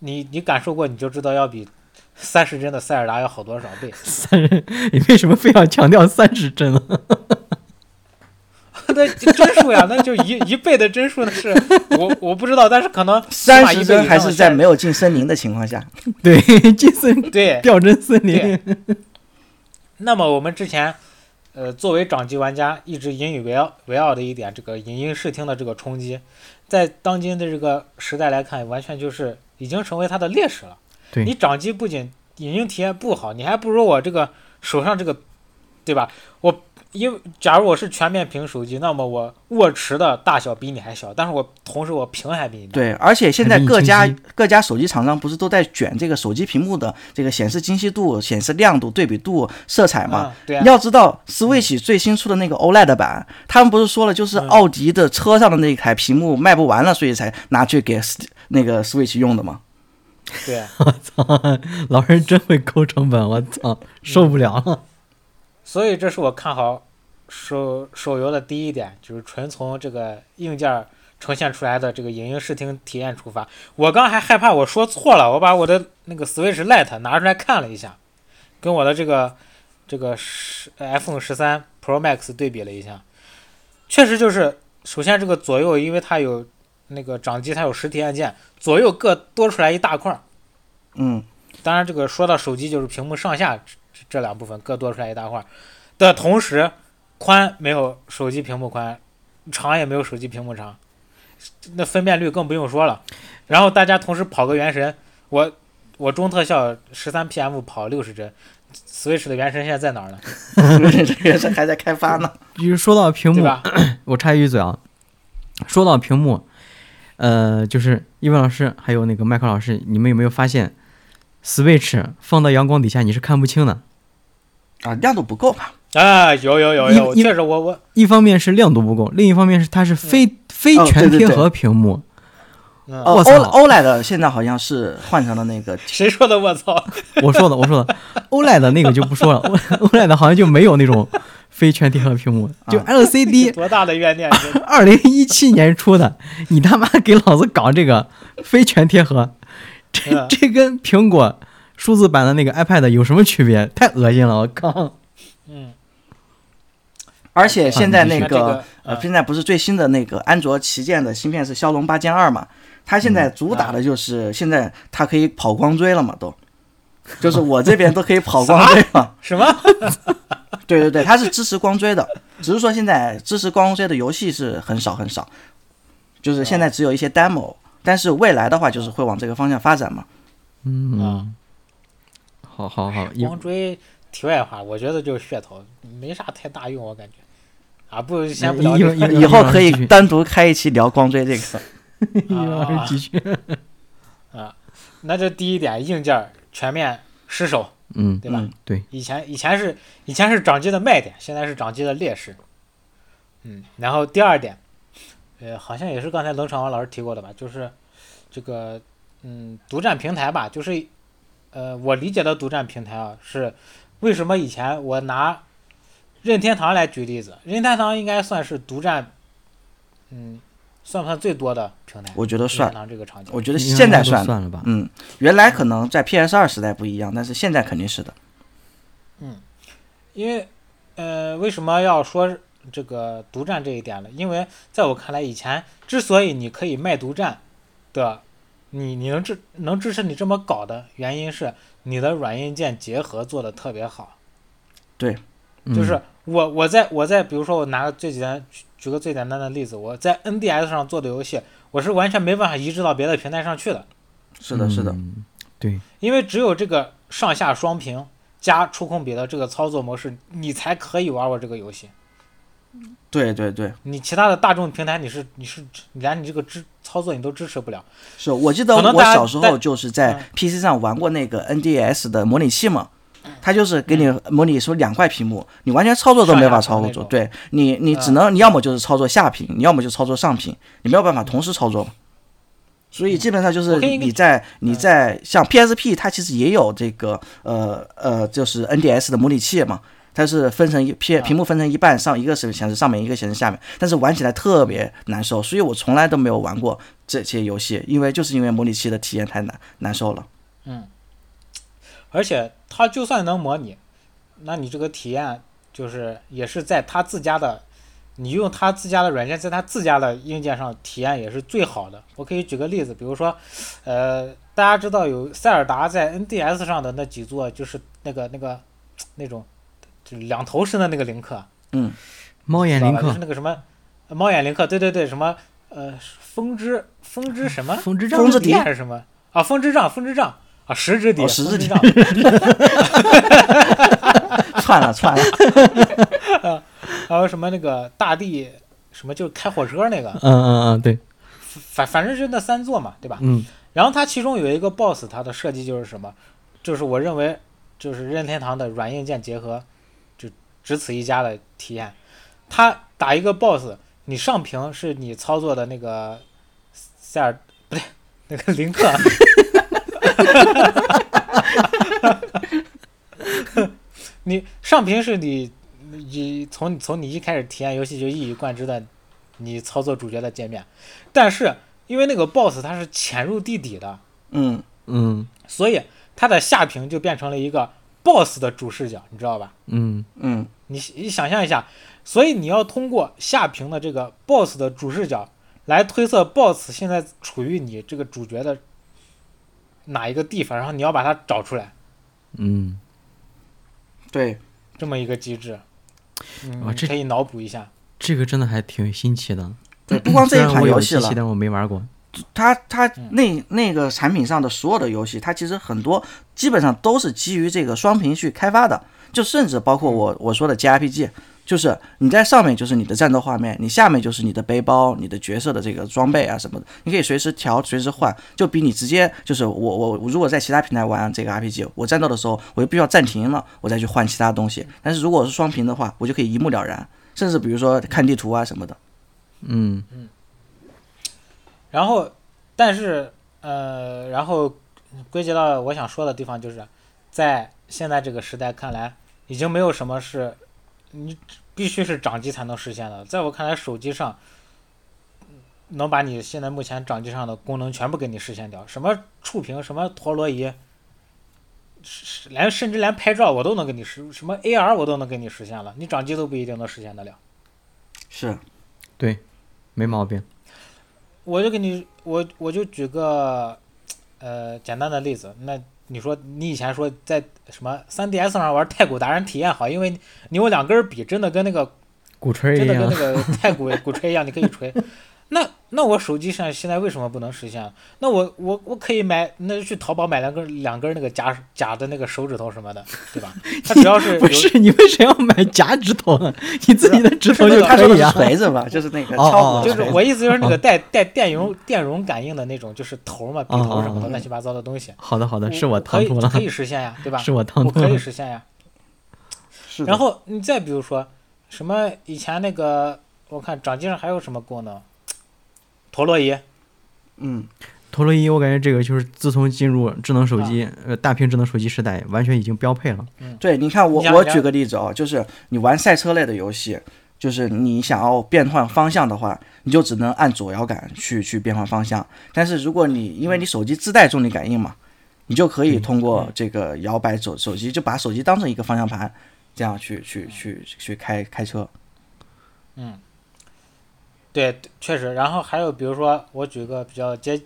S1: 你你感受过你就知道要比三十帧的塞尔达要好多少倍。
S2: 三十，你为什么非要强调三十帧啊 呢？
S1: 那帧数呀，那就一一倍的帧数，那是我我不知道，但是可能
S3: 三
S1: 起码
S3: 十
S1: 一倍以
S3: 帧还
S1: 上的
S3: 是在
S1: 帧
S3: 没有进森林的情况下，
S2: 对，这次
S1: 对。
S2: 掉帧森林，
S1: 那么我们之前，呃，作为掌机玩家，一直引以为傲为傲的一点，这个影音视听的这个冲击，在当今的这个时代来看，完全就是已经成为它的劣势了。
S2: 对
S1: 你掌机不仅影音体验不好，你还不如我这个手上这个，对吧？我因为假如我是全面屏手机，那么我握持的大小比你还小，但是我同时我屏还比你大。
S3: 对，而且现在
S2: 还比你
S3: 各家
S2: 清晰
S3: 各家手机厂商不是都在卷这个手机屏幕的这个显示清晰度、显示亮度、对比度、色彩嘛？
S1: 嗯对啊
S3: 你要知道，Switch 最新出的那个 OLED 版，他们不是说了，就是
S1: 嗯
S3: 奥迪的车上的那一台屏幕卖不完了，所以才拿去给 S- 那个 Switch 用的嘛。
S1: 对，啊
S2: 我操，老人真会抠成本，我操，受不了了。
S1: 所以这是我看好手手游的第一点，就是纯从这个硬件儿呈现出来的这个影音视听体验出发。我刚还害怕我说错了，我把我的那个 Switch Lite 拿出来看了一下，跟我的这个这个十 iPhone 十三 Pro Max 对比了一下，确实就是首先这个左右，因为它有那个掌机，它有实体按键，左右各多出来一大块儿。
S3: 嗯，
S1: 当然，这个说到手机就是屏幕上下这这这两部分各多出来一大块儿，的同时，宽没有手机屏幕宽，长也没有手机屏幕长，那分辨率更不用说了。然后大家同时跑个原神，我我中特效十三 PM 跑六十帧，Switch 的原神现在在哪儿呢？
S3: 这个是还在开发呢。
S2: 就是说到屏
S1: 对
S2: 幕，
S1: 吧？
S2: 我插一句嘴啊，说到屏幕，呃，就是一文老师还有那个麦克老师，你们有没有发现，Switch 放到阳光底下你是看不清的？
S3: 啊，亮度不够嘛？
S1: 啊，有有有有，我
S2: 因为
S1: 确实我我
S2: 一方面是亮度不够，另一方面是它是非、非
S3: 哦
S2: 全
S3: 对对
S2: 贴
S3: 对
S2: 合屏幕。
S1: 嗯，
S3: 哦
S2: 我操
S3: ，O OLED 现在好像是换成了那个
S1: 谁说的？我操！
S2: 我说的，我说的，OLED 的那个就不说了，O-，OLED 好像就没有那种非全贴合屏幕，就
S3: 啊
S2: LCD
S1: 多大的怨念！真的
S2: 二零一七年出的，你他妈给老子搞这个非全贴合，这
S1: 嗯
S2: 这跟苹果数字版的那个 iPad 有什么区别？太恶心了，我
S1: 啊
S2: 靠！
S1: 嗯，
S3: 而且现在那
S1: 那这
S3: 个
S1: 个
S3: 呃，
S1: 嗯
S3: 现在不是最新的那个安卓旗舰的芯片是骁龙八千二嘛？它现
S2: 嗯
S3: 在主
S2: 啊
S3: 打的就是现在它可以跑光追了嘛，都，就是我这边都可以跑光追嘛。
S1: 什么？
S3: 对对对，它是支持光追的，只是说现在支持光追的游戏是很少很少，就是现在只有一些 demo，但是未来的话就是会往这个方向发展嘛。
S1: 啊
S2: 嗯，好好好，一
S1: 光追，题外话，我觉得就是噱头，没啥太大用，我感觉。啊，不，先不聊这
S2: 因为
S1: 个。
S2: 嗯
S3: 以后可以
S2: 继续
S3: 单独开一期聊光追这个。
S2: 一二
S1: 啊
S2: 继续，
S1: 那这第一点，硬件儿全面失守，
S2: 嗯，
S1: 对吧？
S3: 嗯
S2: 对，
S1: 以前以前是以前是掌机的卖点，现在是掌机的劣势。嗯，然后第二点，呃，好像也是刚才冷场王老师提过的吧，就是这个嗯，独占平台吧，就是呃，我理解的独占平台啊，是为什么以前我拿任天堂来举例子，任天堂应该算是独占，嗯，算不算最多的平台？
S3: 我觉得
S1: 任天
S3: 算，
S1: 堂这个场景，
S3: 我觉得现在
S2: 应该
S3: 算
S2: 都，算了吧。
S3: 嗯，原来可能在 PS 二时代不一样，但是现在肯定是的。
S1: 因为呃，为什么要说这个独占这一点呢？因为在我看来，以前之所以你可以卖独占的，你你能支能支持你这么搞的原因是你的软硬件结合做的特别好。
S2: 嗯
S1: 就是我我在我在比如说我拿个最简单举举个最简单的例子，我在 NDS 上做的游戏，我是完全没办法移植到别的平台上去的，
S3: 是的，是的，
S2: 嗯对，
S1: 因为只有这个上下双屏加触控笔的这个操作模式，你才可以玩我这个游戏。
S3: 对对对，
S1: 你其他的大众平台你是你是连你这个支操作你都支持不了。
S3: 是我记得
S1: 可能
S3: 我
S1: 大家
S3: 小时
S1: 在
S3: 候就是在
S1: 嗯
S3: PC 上玩过那个 NDS 的模拟器嘛，它就是给你模拟出两块屏幕，你完全操作都没法操
S1: 嗯上下
S3: 作，
S1: 屏
S3: 对你你只
S1: 嗯
S3: 能你要么就是操作下屏，你要么就操作上屏，你没有办法同时操作嘛。所以基本上就是
S1: 我可以嗯
S3: 你在你在像 PSP 它其实也有这个呃呃就是 NDS 的模拟器嘛，它是分
S1: 啊
S3: 成一屏屏幕分成一半，上一个是显示上面，一个显示下面，但是玩起来特别难受，所以我从来都没有玩过这些游戏，因为就是因为模拟器的体验太难难受 了。
S1: 而且它就算能模拟，那你这个体验就是也是在它自家的，你用它自家的软件，在它自家的硬件上体验也是最好的。我可以举个例子，比如说，呃，大家知道有塞尔达在 NDS 上的那几座，就是那个那个那种就是两头身的那个林克，
S2: 猫眼
S1: 知道
S2: 林
S1: 吧？就是
S2: 克，
S1: 那个什么呃猫眼林克，对对对，什么呃风之风之什么？
S2: 风之杖，
S3: 风之笛
S1: 还是什么啊？风之杖，风之杖啊，十之笛，
S3: 哦十
S1: 风
S3: 之
S1: 之
S3: 笛
S1: 杖，
S3: 串了串了，
S1: 还有什么那个大地什么就是开火车那个，
S2: 嗯嗯嗯，对，
S1: 反反正就那三座嘛，对吧？
S2: 嗯
S1: 然后它其中有一个 BOSS，它的设计就是什么？就是我认为就是任天堂的软硬件结合，就只此一家的体验。它打一个 BOSS，你上屏是你操作的那个塞尔不对，那个林克。啊 你上屏是你你从从你一开始体验游戏就一以贯之的，你操作主角的界面，但是因为那个 BOSS 它是潜入地底的，
S3: 嗯，
S2: 嗯
S1: 所以它的下屏就变成了一个 BOSS 的主视角，你知道吧？
S2: 嗯
S3: 嗯，
S1: 你你想象一下，所以你要通过下屏的这个 BOSS 的主视角来推测 BOSS 现在处于你这个主角的哪一个地方，然后你要把它找出来，
S2: 嗯，
S3: 对，
S1: 这么一个机制。嗯，
S2: 哇
S1: 你
S2: 这
S1: 可以脑补一下。
S2: 这个真的还挺新奇的。
S3: 对，不光这
S2: 虽
S3: 一
S2: 然
S3: 款
S2: 我有
S3: 游戏
S2: 机器
S3: 了，
S2: 但我没玩过。
S3: 它它那那个产品上的所有的游戏，它其实很多基本上都是基于这个双屏去开发的，就甚至包括我我说的 JRPG，就是你在上面就是你的战斗画面，你下面就是你的背包、你的角色的这个装备啊什么的，你可以随时调、随时换，就比你直接就是我我我如果在其他平台玩这个 RPG，我战斗的时候我就必须要暂停了，我再去换其他东西，但是如果是双屏的话，我就可以一目了然，甚至比如说看地图啊什么的，
S2: 嗯
S1: 然后，但是呃，然后归结到我想说的地方，就是在现在这个时代看来，已经没有什么是你必须是掌机才能实现的。在我看来，手机上能把你现在目前掌机上的功能全部给你实现掉，什么触屏，什么陀螺仪。是连甚至连拍照我都能给你实，什么 AR 我都能给你实现了，你掌机都不一定能实现得了。
S3: 是，
S2: 对，没毛病。
S1: 我就给你，我我就举个呃简单的例子。那你说你以前说在什么 3DS 上玩《太鼓达人》体验好，因为你你有两根笔，真的跟那个
S2: 鼓槌
S1: 真
S2: 一
S1: 的跟
S2: 样
S1: 那，个太鼓鼓槌一样，你可以 锤。那那我手机上现在为什么不能实现？啊那我我我可以买，那就去淘宝买两根两根那个假假的那个手指头什么的，对吧？它只要是有
S2: 不是你为啥要买假指头啊？你自己的指头就
S3: 他说
S2: 可
S3: 的
S2: 以
S3: 是
S2: 啊。
S3: 锤子吧，就是那个
S2: 哦
S3: 敲
S2: 哦
S3: 鼓
S1: 就
S3: 的
S1: 是
S3: 锤子。
S1: 我意思就是
S2: 啊
S1: 那个带带电容电容感应的那种，就是头嘛、笔头
S2: 啊
S1: 什么的
S3: 嗯嗯嗯
S1: 乱七八糟的东西。
S2: 好的好的，是
S1: 嗯我可
S2: 唐
S1: 以
S2: 突了
S1: 可，以实现呀，对吧？
S2: 是我唐
S1: 我
S2: 突
S1: 可以
S2: 了。
S1: 实现呀。
S3: 是的
S1: 然后你再比如说，什么以前那个，我看掌机上还有什么功能？陀螺仪，
S3: 嗯，
S2: 陀螺仪，我感觉这个就是自从进入智能手
S1: 啊
S2: 机、呃大屏智能手机时代，完全已经标配了。
S3: 对，你看我
S1: 你想
S3: 我
S1: 了
S3: 举个例子啊、就是你玩赛车类的游戏，就是你想要变换方向的话，你就只能按左摇杆去去变换方向。但是如果你因
S1: 嗯
S3: 为你手机自带重力感应嘛，你就可以通过这个摇摆手手机，就把手机当成一个方向盘，这样去去去去开开车。
S1: 对，确实。然后还有比如说，我举个比较接，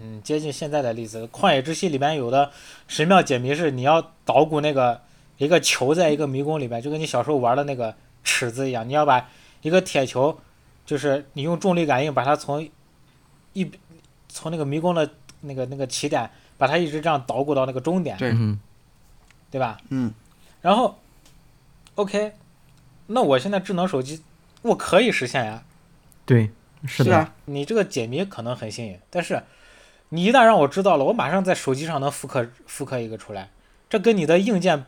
S1: 嗯，接近现在的例子，《旷野之息》里面有的神庙解谜是你要捣鼓那个一个球在一个迷宫里边，就跟你小时候玩的那个尺子一样，你要把一个铁球，就是你用重力感应把它从一从那个迷宫的那个那个起点，把它一直这样捣鼓到那个终点，
S3: 对
S2: 嗯，
S1: 对吧？
S3: 嗯，
S1: 然后，OK，那我现在智能手机我可以实现呀，
S2: 对，是的，
S3: 啊，
S1: 你这个解谜可能很新颖，但是你一旦让我知道了，我马上在手机上能复刻复刻一个出来，这跟你的硬件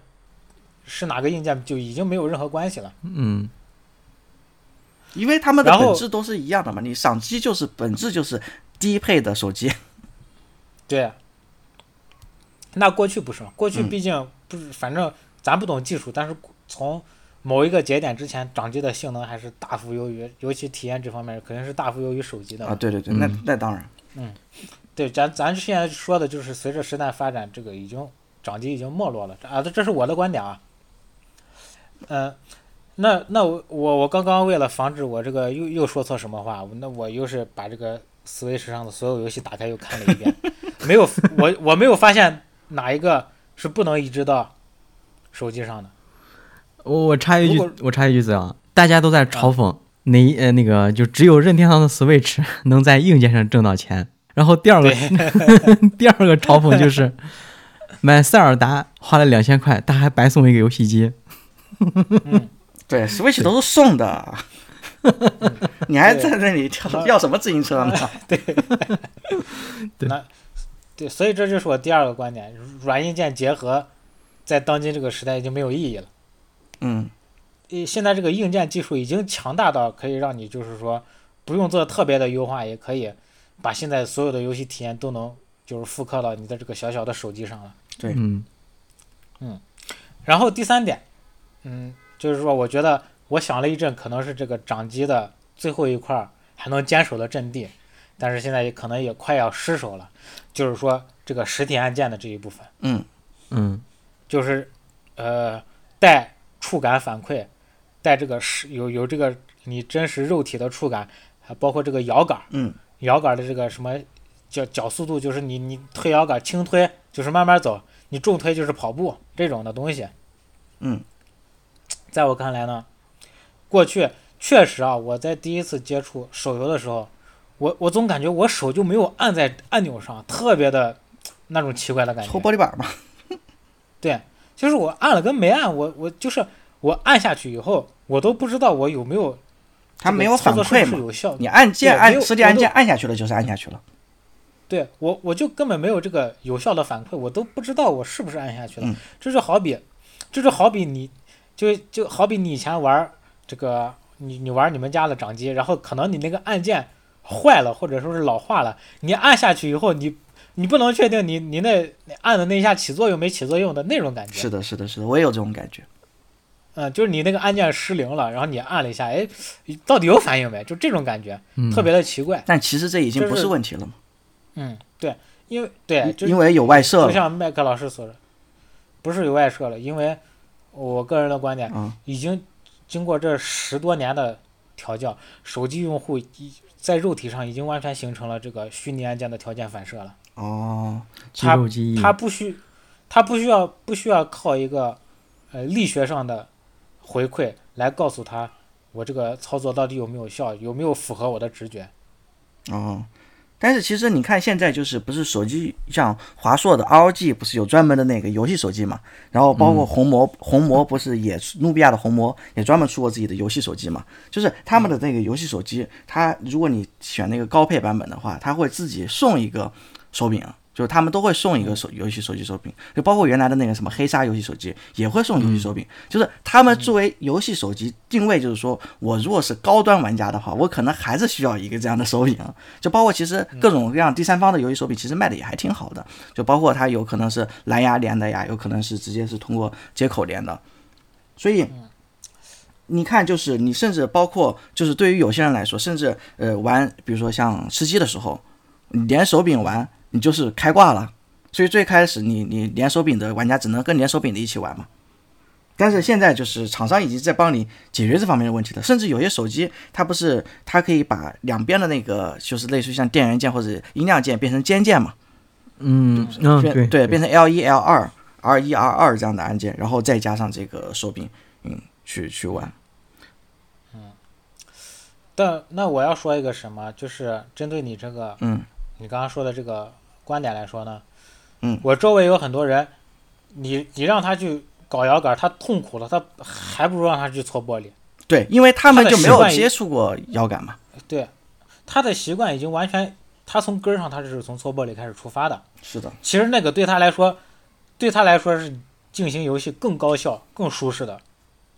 S1: 是哪个硬件就已经没有任何关系了。
S2: 嗯，
S3: 因为他们的
S1: 然后
S3: 本质都是一样的嘛，你赏机就是本质就是低配的手机。
S1: 对，啊那过去不是吗？过去毕竟不是，反正咱不懂技术，但是从某一个节点之前，掌机的性能还是大幅优于，尤其体验这方面肯定是大幅优于手机的。
S3: 啊，对对对，那
S2: 嗯
S3: 那当然，
S1: 对，咱咱现在说的就是随着时代发展，这个已经掌机已经没落了啊，这这是我的观点啊。嗯、那那我我我刚刚为了防止我这个又又说错什么话，那我又是把这个 Switch 上的所有游戏打开又看了一遍，没有我我没有发现哪一个是不能移植到手机上的。
S2: 我我插一
S1: 如
S2: 句
S1: 果，
S2: 我插一句子啊，大家都在嘲讽哪一呃那个就只有任天堂的 Switch 能在硬件上挣到钱，然后第二个 第二个嘲讽就是买塞尔达花了两千块，他还白送一个游戏机，
S3: 对，Switch
S1: 嗯
S3: 都是送 的。你还在那里跳
S1: 对
S3: 要什么自行车呢？
S1: 对，所以这就是我第二个观点，软硬件结合在当今这个时代已经没有意义了。
S3: 嗯，
S1: 呃，现在这个硬件技术已经强大到可以让你就是说不用做特别的优化，也可以把现在所有的游戏体验都能就是复刻到你的这个小小的手机上了。
S3: 对
S2: 嗯
S1: 然后第三点，嗯，就是说我觉得我想了一阵，可能是这个掌机的最后一块儿还能坚守的阵地，但是现在也可能也快要失守了，就是说这个实体按键的这一部分。
S3: 嗯，
S2: 嗯
S1: 就是呃带触感反馈，带这个是有有这个你真实肉体的触感，还包括这个摇杆，
S3: 嗯，
S1: 摇杆的这个什么脚脚速度，就是你你推摇杆轻推就是慢慢走，你重推就是跑步这种的东西。
S3: 嗯，
S1: 在我看来呢，过去确实啊，我在第一次接触手游的时候。我我总感觉我手就没有按在按钮上，特别的那种奇怪的感觉。
S3: 抽玻璃板嘛。
S1: 对，就是我按了跟没按，我我就是我按下去以后，我都不知道我有没有
S3: 它
S1: 这
S3: 没
S1: 个
S3: 有
S1: 操
S3: 反
S1: 作是
S3: 馈
S1: 不是
S3: 嘛？
S1: 有效。
S3: 你按键
S1: 对没
S3: 按
S1: 有
S3: 实体
S1: 我
S3: 按
S1: 都
S3: 键按下去了就是按下去了。
S1: 对我我就根本没有这个有效的反馈，我都不知道我是不是按下去了。
S3: 嗯
S1: 这就好比，这就好比你，就就好比你以前玩儿这个，你你玩儿你们家的掌机，然后可能你那个按键坏了，或者说是老化了，你按下去以后，你你不能确定你你那你按的那一下起作用没起作用的那种感觉。
S3: 是的，是的，是的，我也有这种感觉。
S1: 嗯，就是你那个按键失灵了，然后你按了一下，哎，到底有反应没？就这种感觉，
S2: 嗯，
S1: 特别的奇怪。
S3: 但其实这已经
S1: 就
S3: 不是
S1: 是
S3: 问题了嘛，
S1: 嗯，对，因为对，就
S3: 因为有外设
S1: 就
S3: 了。
S1: 像麦克老师所说，不是有外设了，因为我个人的观点，
S3: 嗯，
S1: 已经经过这十多年的调教，手机用户已在肉体上已经完全形成了这个虚拟按键的条件反射了。
S3: 哦，
S2: 肌肉记忆，
S1: 它不需，它不需要不需要靠一个呃力学上的回馈来告诉他我这个操作到底有没有效，有没有符合我的直觉。
S3: 哦。但是其实你看，现在就是不是手机，像华硕的 ROG 不是有专门的那个游戏手机嘛？然后包括红魔，红魔不是也出努比亚的红魔也专门出过自己的游戏手机嘛？就是他们的那个游戏手机，它如果你选那个高配版本的话，它会自己送一个手柄，就是他们都会送一个手游戏手机手柄，就包括原来的那个什么黑鲨游戏手机也会送游戏手柄，就是他们作为游戏手机定位，就是说我如果是高端玩家的话，我可能还是需要一个这样的手柄，就包括其实各种各样第三方的游戏手柄其实卖的也还挺好的，就包括它有可能是蓝牙连的呀，有可能是直接是通过接口连的，所以。你看，就是你，甚至包括，就是对于有些人来说，甚至呃玩，比如说像吃鸡的时候，你连手柄玩，你就是开挂了。所以最开始你你连手柄的玩家只能跟连手柄的一起玩嘛。但是现在就是厂商已经在帮你解决这方面的问题了，甚至有些手机它不是它可以把两边的那个就是类似于像电源键或者音量键变成肩键嘛，
S2: 嗯嗯，
S3: 变
S2: 对
S3: 变成 L 一 L 二 R 一 R 二这样的按键，然后再加上这个手柄，嗯，去去玩。
S1: 但那我要说一个什么，就是针对你这个
S3: 嗯
S1: 你刚刚说的这个观点来说呢，
S3: 嗯
S1: 我周围有很多人，你你让他去搞摇杆，他痛苦了，他还不如让他去搓玻璃。
S3: 对，因为他们
S1: 他的
S3: 就没
S1: 习
S3: 有
S1: 惯已
S3: 接触过摇杆嘛。
S1: 对，他的习惯已经完全，他从根儿上他是从搓玻璃开始出发的。
S3: 是的，
S1: 其实那个对他来说，对他来说是进行游戏更高效、更舒适的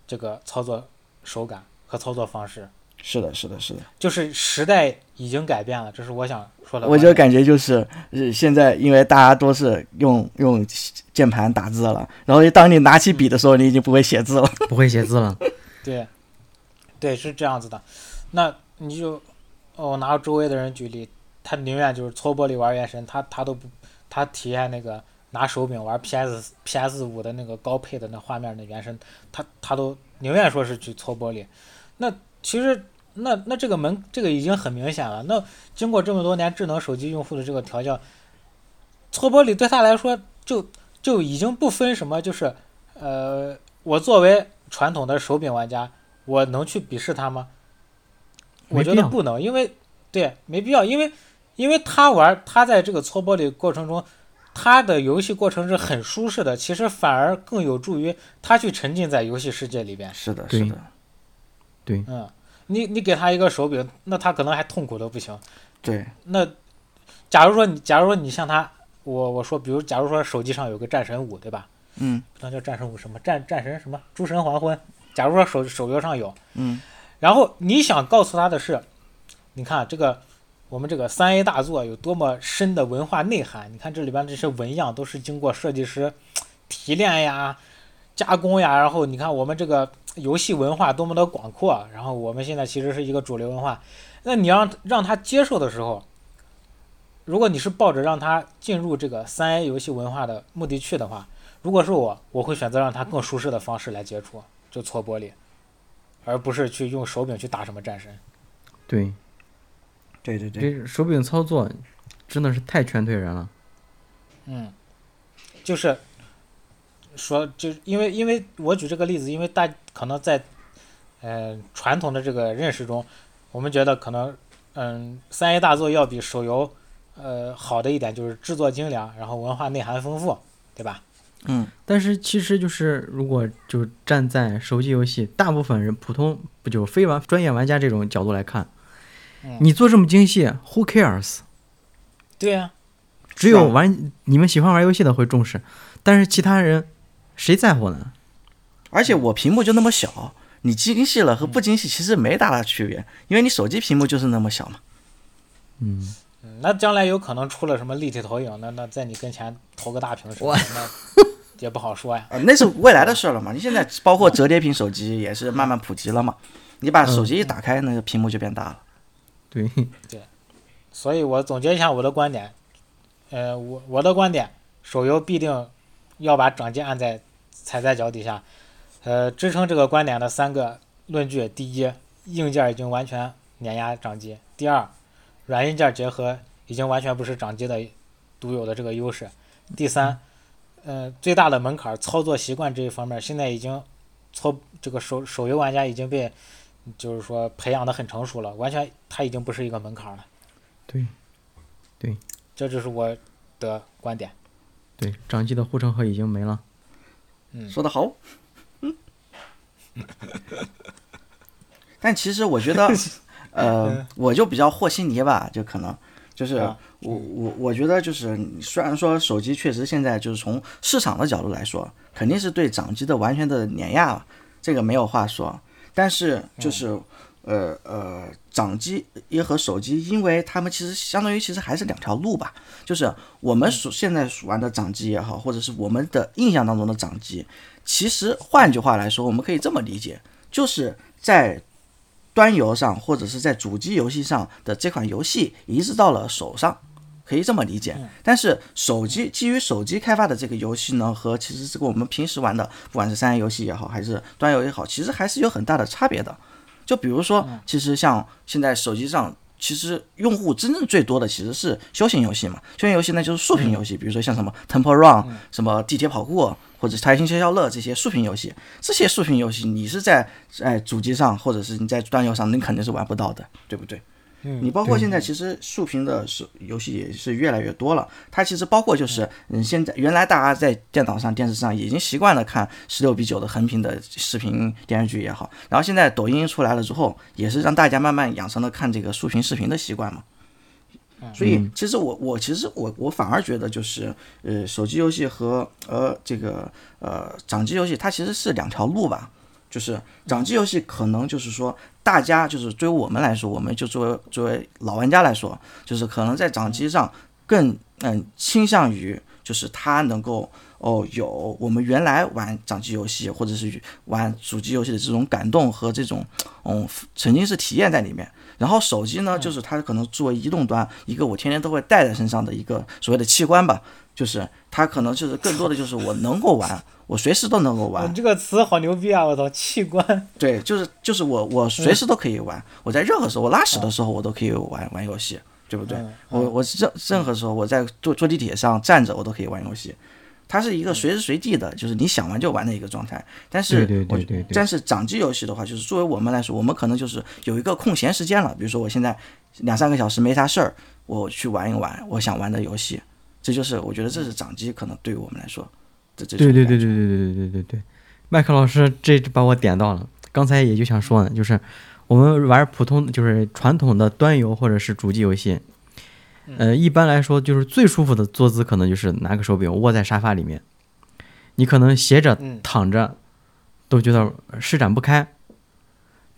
S1: 这个操作手感和操作方式。
S3: 是的，是的，是的。
S1: 就是时代已经改变了，这是我想说的
S3: 我
S1: 观点。
S3: 就感觉就是，呃，现在因为大家都是用用键盘打字了，然后当你拿起笔的时候，你已经不会写字了。
S2: 不会写字了。
S1: 对，对，是这样子的。那你就，哦，拿周围的人举例，他宁愿就是搓玻璃玩原神，他他都不，他体验那个拿手柄玩 PS PS 五的那个高配的那画面的原神，他他都宁愿说是去搓玻璃。那其实那那这个门这个已经很明显了。那经过这么多年智能手机用户的这个调教，搓玻璃对他来说就就已经不分什么，就是呃，我作为传统的手柄玩家，我能去鄙视他吗？
S2: 没
S1: 我觉
S2: 必
S1: 得
S2: 要
S1: 不能，因为对没必要，因为因为他玩他在这个搓玻璃过程中，他的游戏过程是很舒适的，其实反而更有助于他去沉浸在游戏世界里边。
S3: 是的，
S2: 对
S3: 是的，
S1: 嗯，你你给他一个手柄，那他可能还痛苦的不行。
S3: 对，
S1: 那假如说你，假如说你像他，我我说，比如假如说手机上有个战神五，对吧？
S3: 嗯
S1: 不能叫战神五什么战战神什么诸神黄昏。假如说手手游上有，
S3: 嗯，
S1: 然后你想告诉他的是，你看这个我们这个三 A 大作有多么深的文化内涵，你看这里边这些纹样都是经过设计师提炼呀、加工呀，然后你看我们这个游戏文化多么的广阔，然后我们现在其实是一个主流文化，那你让让他接受的时候。如果你是抱着让他进入这个三 A 游戏文化的目的去的话，如果是我，我会选择让他更舒适的方式来接触，就搓玻璃。而不是去用手柄去打什么战神。
S2: 对，
S3: 对对对，
S2: 这手柄操作真的是太劝退人了。
S1: 嗯，就是说，就因为因为我举这个例子，因为大可能在呃传统的这个认识中，我们觉得可能嗯三 A 大作要比手游呃好的一点就是制作精良，然后文化内涵丰富，对吧？
S3: 嗯，
S2: 但是其实就是，如果就站在手机游戏，大部分人普通不就非玩专业玩家这种角度来看，
S1: 嗯
S2: 你做这么精细，Who cares？
S1: 对呀、
S2: 只有玩你们喜欢玩游戏的会重视，但是其他人谁在乎呢？
S3: 而且我屏幕就那么小，你精细了和不精细其实没大大区别，因为你手机屏幕就是那么小嘛。
S2: 嗯，
S1: 嗯，那将来有可能出了什么立体投影，那那在你跟前投个大屏什么的，那也不好说呀。
S3: 呃，那是未来的事儿了嘛。你现在包括折叠屏手机也是慢慢普及了嘛。你把手机一打开，那个屏幕就变大了。
S2: 对，
S1: 所以我总结一下我的观点，呃，我我的观点，手游必定要把掌机按在踩在脚底下。呃，支撑这个观点的三个论据：第一，硬件已经完全碾压掌机；第二，软硬件结合已经完全不是掌机的独有的这个优势；第三，呃，最大的门槛儿操作习惯这一方面，现在已经搓这个手手游玩家已经被就是说培养的很成熟了，完全它已经不是一个门槛儿了。
S2: 对，
S1: 这就是我的观点。
S2: 对，掌机的护城河已经没了。
S3: 说得好。 但其实我觉得，呃，我就比较和稀泥吧，就可能就是
S1: 啊
S3: 我我我觉得就是你虽然说手机确实现在就是从市场的角度来说，肯定是对掌机的完全的碾压了，这个没有话说。但是就是、呃呃，掌机也和手机，因为他们其实相当于其实还是两条路吧。就是我们所现在玩的掌机也好，或者是我们的印象当中的掌机，其实换句话来说，我们可以这么理解，就是在端游上或者是在主机游戏上的这款游戏移植到了手上，可以这么理解。但是手机基于手机开发的这个游戏呢，和其实这个我们平时玩的，不管是三 A 游戏也好，还是端游也好，其实还是有很大的差别的。就比如说，其实像现在手机上。其实用户真正最多的其实是休闲游戏嘛，休闲游戏那就是竖屏游戏，比如说像什么 Temple Run、什么地铁跑酷或者是开心消消乐这些竖屏游戏，这些竖屏游戏你是在哎主机上或者是你在端游上，你肯定是玩不到的，对不对？你包括现在其实竖屏的手游戏也是越来越多了，它其实包括就是嗯，现在原来大家在电脑上、电视上已经习惯了看十六比九的横屏的视频电视剧也好，然后现在抖音出来了之后，也是让大家慢慢养成了看这个竖屏视频的习惯嘛。所以其实我我其实我我反而觉得就是呃手机游戏和呃这个呃掌机游戏它其实是两条路吧，就是掌机游戏可能就是说大家就是作为我们来说，我们就作为作为老玩家来说，就是可能在掌机上更嗯倾向于就是它能够哦有我们原来玩掌机游戏或者是玩主机游戏的这种感动和这种嗯曾经是体验在里面。然后手机呢，就是它可能作为移动端一个我天天都会带在身上的一个所谓的器官吧，就是它可能就是更多的就是我能够玩，我随时都能够玩
S1: 哇，你。这个词好牛逼啊！我操，器官。
S3: 对，就是就是我我随
S2: 嗯
S3: 时都可以玩，我在任何时候，我拉
S2: 哦
S3: 屎的时候我都可以玩玩游戏，对不对？
S1: 嗯
S3: 我我任任何时候我在坐坐地铁上站着我都可以玩游戏，它是一
S2: 嗯
S3: 个随时随地的，就是你想玩就玩的一个状态。但是
S2: 对对
S3: 我
S2: 对对对
S3: 但是掌机游戏的话，就是作为我们来说，我们可能就是有一个空闲时间了，比如说我现在两三个小时没啥事儿，我去玩一玩我想玩的游戏，这就是我觉得这是掌机可能对于我们来说的这种
S2: 对对对
S3: 感觉
S2: 对对对对对对对，麦克老师这把我点到了。刚才也就想说呢，就是我们玩普通就是传统的端游或者是主机游戏，
S3: 嗯
S2: 呃，一般来说就是最舒服的坐姿可能就是拿个手柄窝在沙发里面，你可能斜着
S1: 嗯
S2: 躺着都觉得施展不开，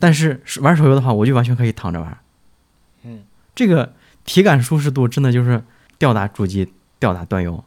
S2: 但是是玩手游的话，我就完全可以躺着玩。
S1: 嗯，
S2: 这个体感舒适度真的就是吊打主机，吊打端游。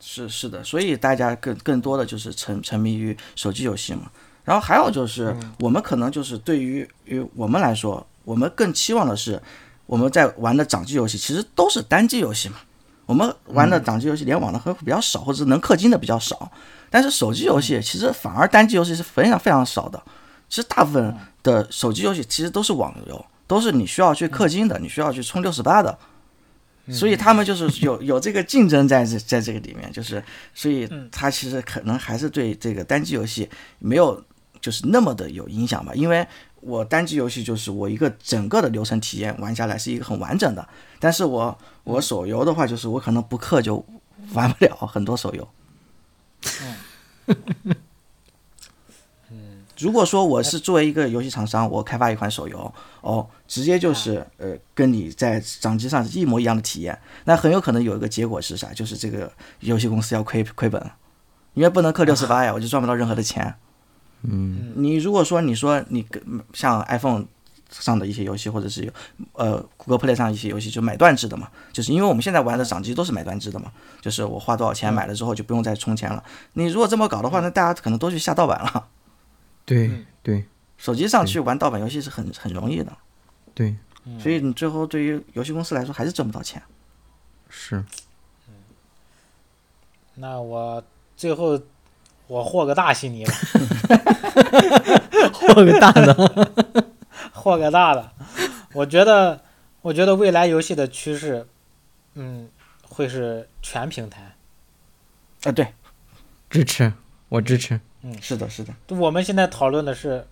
S3: 是是的，所以大家更更多的就是沉沉迷于手机游戏嘛。然后还有就是，我们可能就是对于于我们来说，我们更期望的是，我们在玩的掌机游戏其实都是单机游戏嘛。我们玩的掌机游戏联网的会比较少，或者是能氪金的比较少。但是手机游戏其实反而单机游戏是非常非常少的。其实大部分的手机游戏其实都是网游，都是你需要去氪金的，你需要去充六十八的。所以他们就是有有这个竞争在这在这个里面，就是所以它其实可能还是对这个单机游戏没有就是那么的有影响吧，因为我单机游戏就是我一个整个的流程体验玩下来是一个很完整的，但是我我手游的话就是我可能不氪就玩不了很多手游。如果说我是作为一个游戏厂商，我开发一款手游，哦，直接就是呃，跟你在掌机上是一模一样的体验，那很有可能有一个结果是啥？就是这个游戏公司要亏亏本，因为不能氪六十八呀，我就赚不到任何的钱。嗯，你如果说你说你跟像 iPhone 上的一些游戏，或者是有呃谷歌 Play 上一些游戏，就买断制的嘛，就是因为我们现在玩的掌机都是买断制的嘛，就是我花多少钱买了之后就不用再充钱了。你如果这么搞的话，那大家可能都去下盗版了。
S2: 对嗯对
S3: 手机上去玩盗版游戏是很很容易的，
S2: 对，
S3: 所以你最后对于游戏公司来说还是挣不到钱。
S2: 是。
S1: 那我最后我和个大稀 泥吧，
S2: 换个大的。
S1: 和个大的。我觉得，我觉得未来游戏的趋势，嗯，会是全平台。
S3: 啊，对，
S2: 支持，我支持。
S3: 是的，是的，
S1: 我们现在讨论的是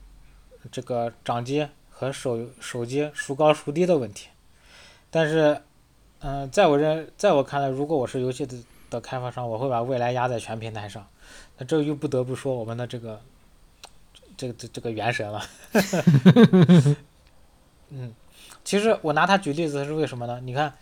S1: 这个掌机和手手机孰高孰低的问题，但是，嗯、在我认，在我看来，如果我是游戏的的开发商，我会把未来压在全平台上。那这又不得不说我们的这个 这个这这个元神了。嗯，其实我拿它举例子是为什么呢？你看，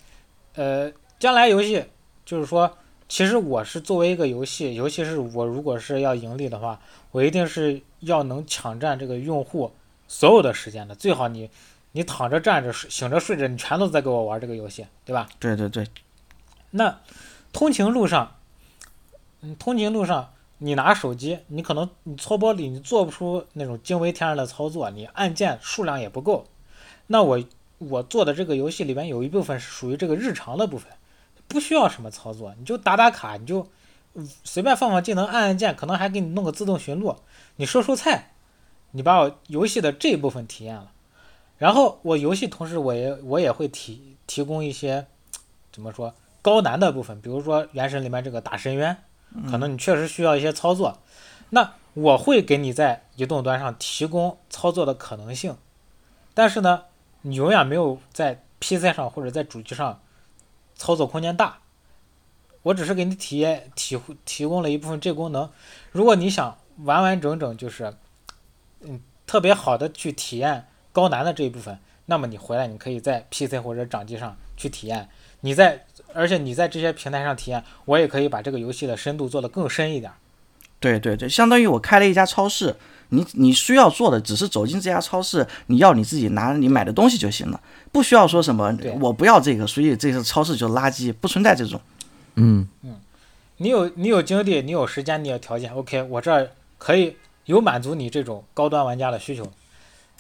S1: 呃，将来游戏就是说，其实我是作为一个游戏，尤其是我如果是要盈利的话，我一定是要能抢占这个用户所有的时间的。最好你你躺着站着睡醒着睡着，你全都在给我玩这个游戏，对吧？
S3: 对对对，
S1: 那通勤路上，嗯，通勤路上你拿手机，你可能你搓玻璃，你做不出那种惊为天人的操作，你按键数量也不够。那我我做的这个游戏里面有一部分是属于这个日常的部分，不需要什么操作，你就打打卡，你就嗯随便放放技能，按按键，可能还给你弄个自动寻路，你收收菜，你把我游戏的这一部分体验了。然后我游戏同时我也我也会提提供一些怎么说高难的部分，比如说《原神》里面这个打深渊，可能你确实需要一些操作，那我会给你在移动端上提供操作的可能性，但是呢，你永远没有在 PC 上或者在主机上操作空间大。我只是给你体验提提供了一部分这功能，如果你想完完整整就是，嗯，特别好的去体验高难的这一部分，那么你回来你可以在 PC 或者掌机上去体验。你在，而且你在这些平台上体验，我也可以把这个游戏的深度做得更深一点儿。
S3: 对对对，相当于我开了一家超市，你你需要做的只是走进这家超市，你要你自己拿你买的东西就行了，不需要说什么
S1: 对
S3: 我不要这个，所以这个超市就垃圾，不存在这种。
S2: 嗯，
S1: 你有你有精力，你有时间，你有条件，OK，我这儿可以有满足你这种高端玩家的需求。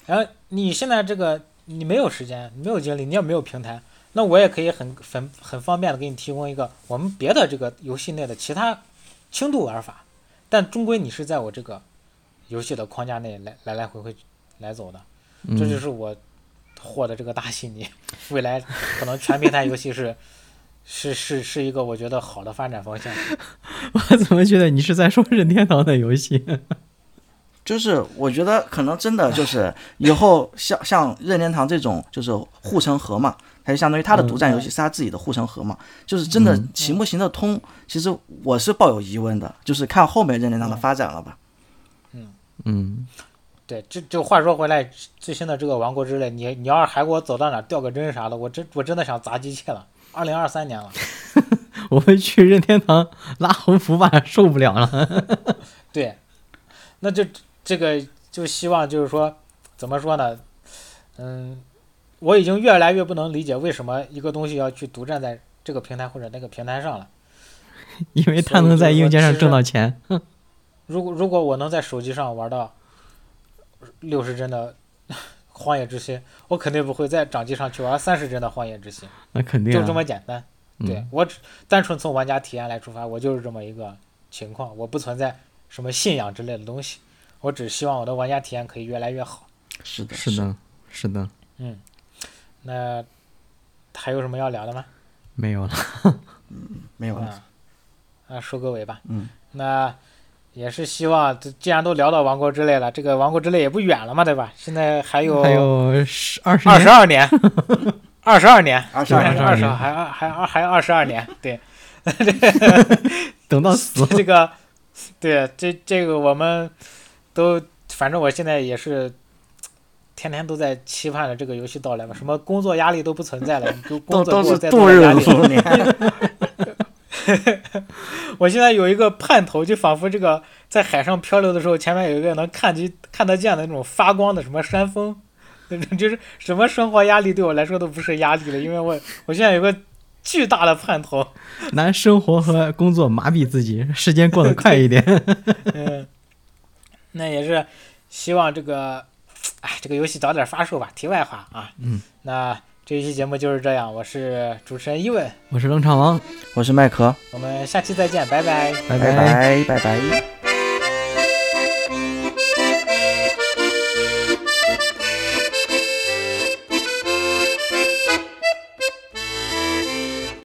S1: 然后你现在这个你没有时间，你没有精力，你也没有平台，那我也可以很很很方便的给你提供一个我们别的这个游戏内的其他轻度玩法，但终归你是在我这个游戏的框架内来来来回回来走的，
S2: 嗯
S1: 这就是我获的这个大悉尼，未来可能全平台游戏是是是是一个我觉得好的发展方向。
S2: 我怎么觉得你是在说任天堂的游戏？
S3: 就是我觉得可能真的 就是以后像像任天堂这种就是护城河嘛，它就相当于它的独占游戏是它自己的护城河嘛，就是真的行不行得通，其实我是抱有疑问的，就是看后面任天堂的发展了吧。
S2: 嗯，
S1: 对，这就话说回来，最新的这个《王国之泪》，你你要是还给我走到哪儿掉个帧啥的，我真我真的想砸机器了。二零二三年了，
S2: 我们去任天堂拉横幅吧，受不了了。
S1: 对，那就这个就希望就是说，怎么说呢？嗯，我已经越来越不能理解为什么一个东西要去独占在这个平台或者那个平台上了。
S2: 因为他能在硬件上挣到钱。
S1: 如果如果我能在手机上玩到六十帧的《荒野之心》，我肯定不会在掌机上去玩三十帧的《荒野之心》，
S2: 那肯定、
S1: 就这
S2: 啊，
S1: 么简单。
S3: 嗯
S1: 对我只单纯从玩家体验来出发，我就是这么一个情况，我不存在什么信仰之类的东西，我只希望我的玩家体验可以越来越好。
S3: 是的，
S2: 是的，是的，
S1: 那还有什么要聊的吗？
S2: 没有了。
S3: 没有了。
S1: 啊，啊，收个尾吧。
S3: 嗯，
S1: 那也是希望，这既然都聊到王国之泪了，这个王国之泪也不远了嘛，对吧？现在还有
S2: 还有十二十
S1: 二十
S2: 年，
S1: 二年，二十二年，
S3: 22
S1: 还是
S2: 年
S1: 二十，还二还二还二十二年，对，
S2: 等到死。
S1: 这个，对，这这个我们都，反正我现在也是。天天都在期盼着这个游戏到来吧，什么工作压力都不存在了，你就工作
S3: 都都
S1: 给我
S3: 是
S1: 再
S3: 度
S1: 多点
S3: 日
S1: 压力。
S3: 如年，
S1: 我现在有一个盼头，就仿佛这个在海上漂流的时候，前面有一个能看见看得见的那种发光的什么山峰，那种就是什么生活压力对我来说都不是压力了，因为我我现在有个巨大的盼头，
S2: 拿生活和工作麻痹自己，时间过得快一点。
S1: 嗯，那也是希望这个，哎，这个游戏早点发售吧。题外话啊，
S2: 嗯，
S1: 那这一期节目就是这样，我是主持人伊文，
S2: 我是冷场王，
S3: 我是麦克，哎
S1: 我们下期再见，拜拜。
S2: 拜
S3: 拜拜拜拜。